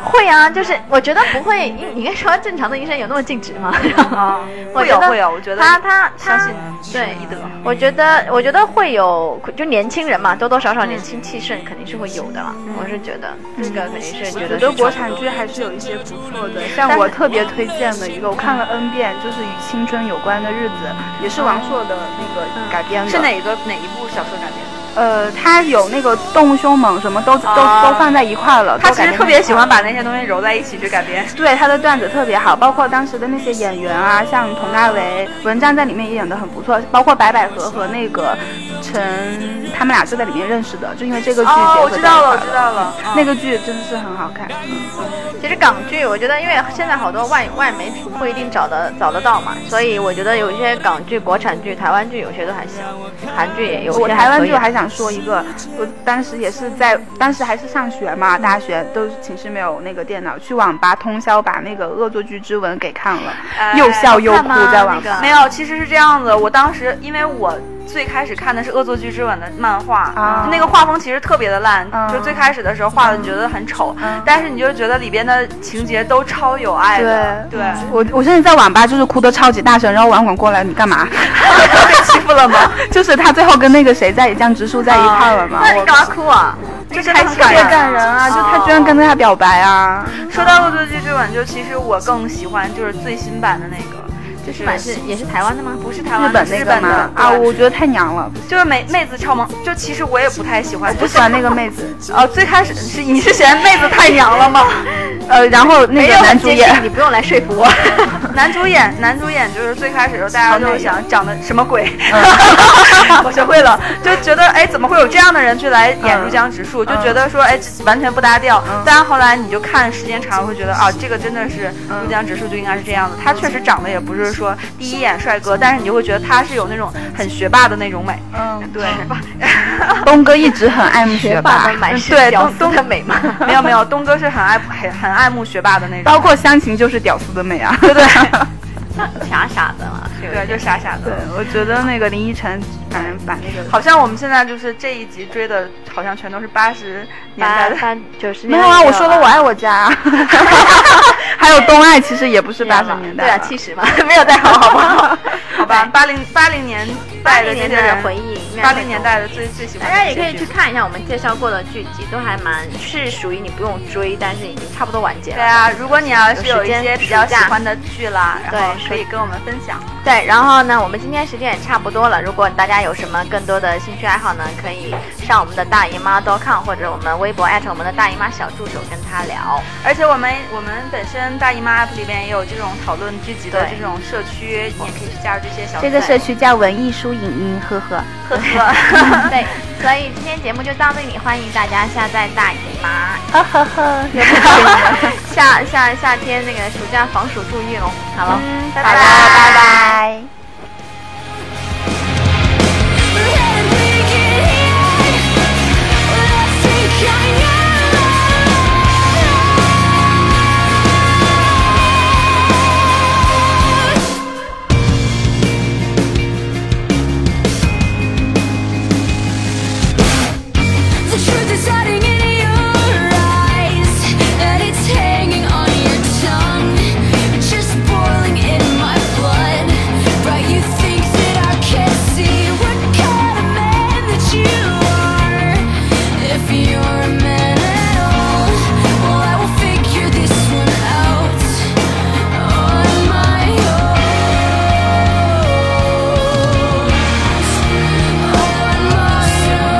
S1: 会啊，就是我觉得不会，你你应该说正常的医生有那么尽职吗？
S2: 啊，
S1: 我
S2: 会
S1: 觉
S2: 有
S1: 得
S2: 会有，我觉得
S1: 他他他
S2: 相信
S1: 对
S2: 医德。
S1: 我觉得，我觉得会有，就年轻人嘛，多多少少年轻气盛肯定是会有的啦。我是觉得这个肯定是觉
S3: 我
S1: 得
S3: 觉得
S1: 是
S3: 国
S1: 传
S3: 产剧还是有一些不错的，像我特别推荐的一个，我看了 N 遍，就是与青春有关的日子，也是王朔的那个改编的。
S2: 是哪个哪一部小说改编的？
S3: 嗯呃，他有那个动物凶猛，什么都都
S2: 啊
S3: 都放在一块了。
S2: 他
S3: 都
S2: 其
S3: 改
S2: 实
S3: 编
S2: 特
S3: 在
S2: 别
S3: 一
S2: 喜
S3: 块了
S2: 欢把那些东西揉在一起去改编。
S3: 对他的段子特别好，包括当时的那些演员啊，像佟大为、文章在里面也演得很不错，包括白百合和那个陈，他们俩是在里面认识的，就因为这个剧结
S2: 哦，
S3: 合
S2: 我知道了，嗯我
S3: 在一块
S2: 知道了。嗯
S3: 那个剧真的是很好看，
S1: 其实港剧，我觉得因为现在好多外外媒不一定找得找得到嘛，所以我觉得有一些港剧、国产剧、台湾剧有些都还行，韩剧也有
S3: 我
S1: 些
S3: 台湾
S1: 可以
S3: 剧我还想说一个，我当时也是在，当时还是上学嘛，大学都寝室没有那个电脑，去网吧通宵把那个《恶作剧之吻》给看了，
S2: 哎
S3: 又笑又
S1: 看
S3: 哭
S1: 吗
S3: 在网
S1: 那
S3: 吧。
S1: 个
S2: 没有，其实是这样子。我当时因为我最开始看的是《恶作剧之吻》的漫画，
S3: 啊
S2: 那个画风其实特别的烂，
S3: 嗯
S2: 就最开始的时候画的你觉得很丑，
S3: 啊
S2: 但是你就觉得里边的情节都超有爱的，对，
S3: 我我现在在网吧就是哭的超级大声，然后网管过来你干嘛？
S2: 被欺负了吗？
S3: 就是他最后跟那个谁在江直树在一块了嘛，
S1: 那你
S3: 我
S1: 干嘛哭啊？
S2: 这真的很感
S3: 特别
S2: 人。哦
S3: 感人啊！就他居然跟他表白啊，
S2: 说到《恶作剧之吻》，就其实我更喜欢就是最新版的那个，就是
S1: 满是也是台湾的吗？
S2: 不是台
S3: 日
S2: 湾的
S3: 本那
S2: 哦日
S3: 个
S2: 本
S3: 嘛
S2: 的
S3: 啊，
S2: 对
S3: 我觉得太娘了，
S2: 就是妹妹子超萌。就其实我也不太喜欢，
S3: 不喜欢那个妹 子。
S2: 哦，最开始是你是嫌妹子太娘了吗？
S3: 呃，然后那
S1: 没
S3: 个
S1: 有
S3: 男
S1: 很
S3: 主
S1: 接
S3: 演
S1: 近，你不用来说服我。
S2: 男主演，男主
S3: 嗯
S2: 演就是最开始的时候，大家就想长得什么鬼，我学会了，就觉得哎哎，怎么会有这样的人去来演入江直
S3: 嗯
S2: 树？就觉得说，哎，这完全不搭调。但后来你就看时间长了，会觉得啊，这个真的是
S3: 嗯
S2: 入江直树就应该是这样的。他确实长得也不是说第一眼帅哥，但是你就会觉得他是有那种很学霸的那种美。
S3: 嗯，
S2: 对，
S3: 东哥一直很爱慕
S1: 学霸
S3: 霸嗯
S1: 们，满是
S2: 对
S1: 屌
S2: 东
S1: 丝的美嘛。
S2: 没有没有，东哥是很爱很很爱慕学霸的那种。
S3: 包括湘琴就是屌丝的美啊。
S2: 对对
S1: 像傻傻的啊嘛，是有
S2: 对，
S1: 点
S2: 就傻傻
S3: 对
S2: 的。，
S3: 我觉得那个林依晨，反正把那个
S2: 好像我们现在就是这一集追的，好像全都是八十年
S1: 八
S2: 代的。
S1: 八九十
S3: 没
S1: 年
S3: 有
S1: 代
S3: 啊，
S1: 也
S3: 我说了 我爱我家、啊， 还有东爱，其实也不是八十年代
S1: 对啊，
S3: 吧
S1: 七十嘛，没有再好，好不好？
S2: 好吧，八零八零年
S1: 八
S2: 代的
S1: 零年
S2: 这些
S1: 代的
S2: 人，
S1: 回忆，
S2: 八零年。代的最最喜欢
S1: 大
S2: 的
S1: 家
S2: 这些
S1: 也
S2: 剧。
S1: 可以去看一下我们介绍过的剧集，都还蛮是属于你不用追，但是已经差不多完结了。
S2: 对啊，如果你要是
S1: 有
S2: 有
S1: 时
S2: 一
S1: 间
S2: 些比较
S1: 暑
S2: 喜
S1: 假
S2: 欢的剧啦，然后
S1: 对
S2: 可以跟我们分享。
S1: 对，然后呢，我们今天时间也差不多了。如果大家有什么更多的兴趣爱好呢，可以上我们的大姨妈 .com 或者我们微博艾特我们的大姨妈小助手跟她聊。
S2: 而且我们我们本身大姨妈 app 里边也有这种讨论剧集的
S1: 对
S2: 这种社区，你也可以去加入这些小
S3: 这个社区叫文艺书影音，呵呵。
S2: 呵 呵。
S1: 对，所以今天节目就到这里，欢迎大家下载大姨妈，
S3: 呵呵呵，
S1: 夏夏夏天那个暑假防暑助浴喽。好了，
S2: 嗯拜
S1: 拜
S2: 拜
S3: 拜拜。
S4: The truth is hiding in your eyes, and it's hanging on your tongue, just boiling in my blood. Right? You think that I can't see what kind of man that you are. If you're a man at all, well I will figure this one out on my own. On my own.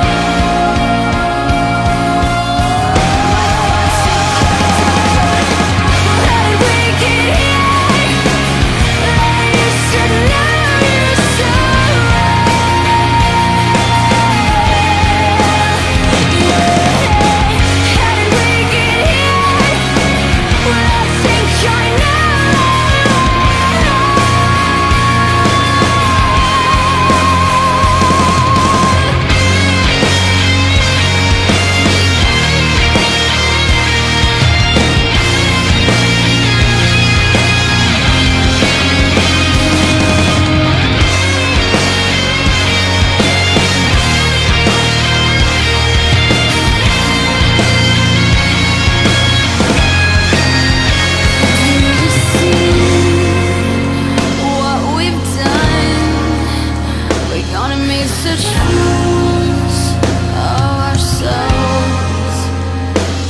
S4: Such fools of ourselves.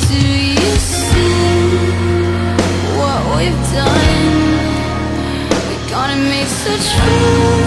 S4: Do you see what we've done? We're gonna make such fools.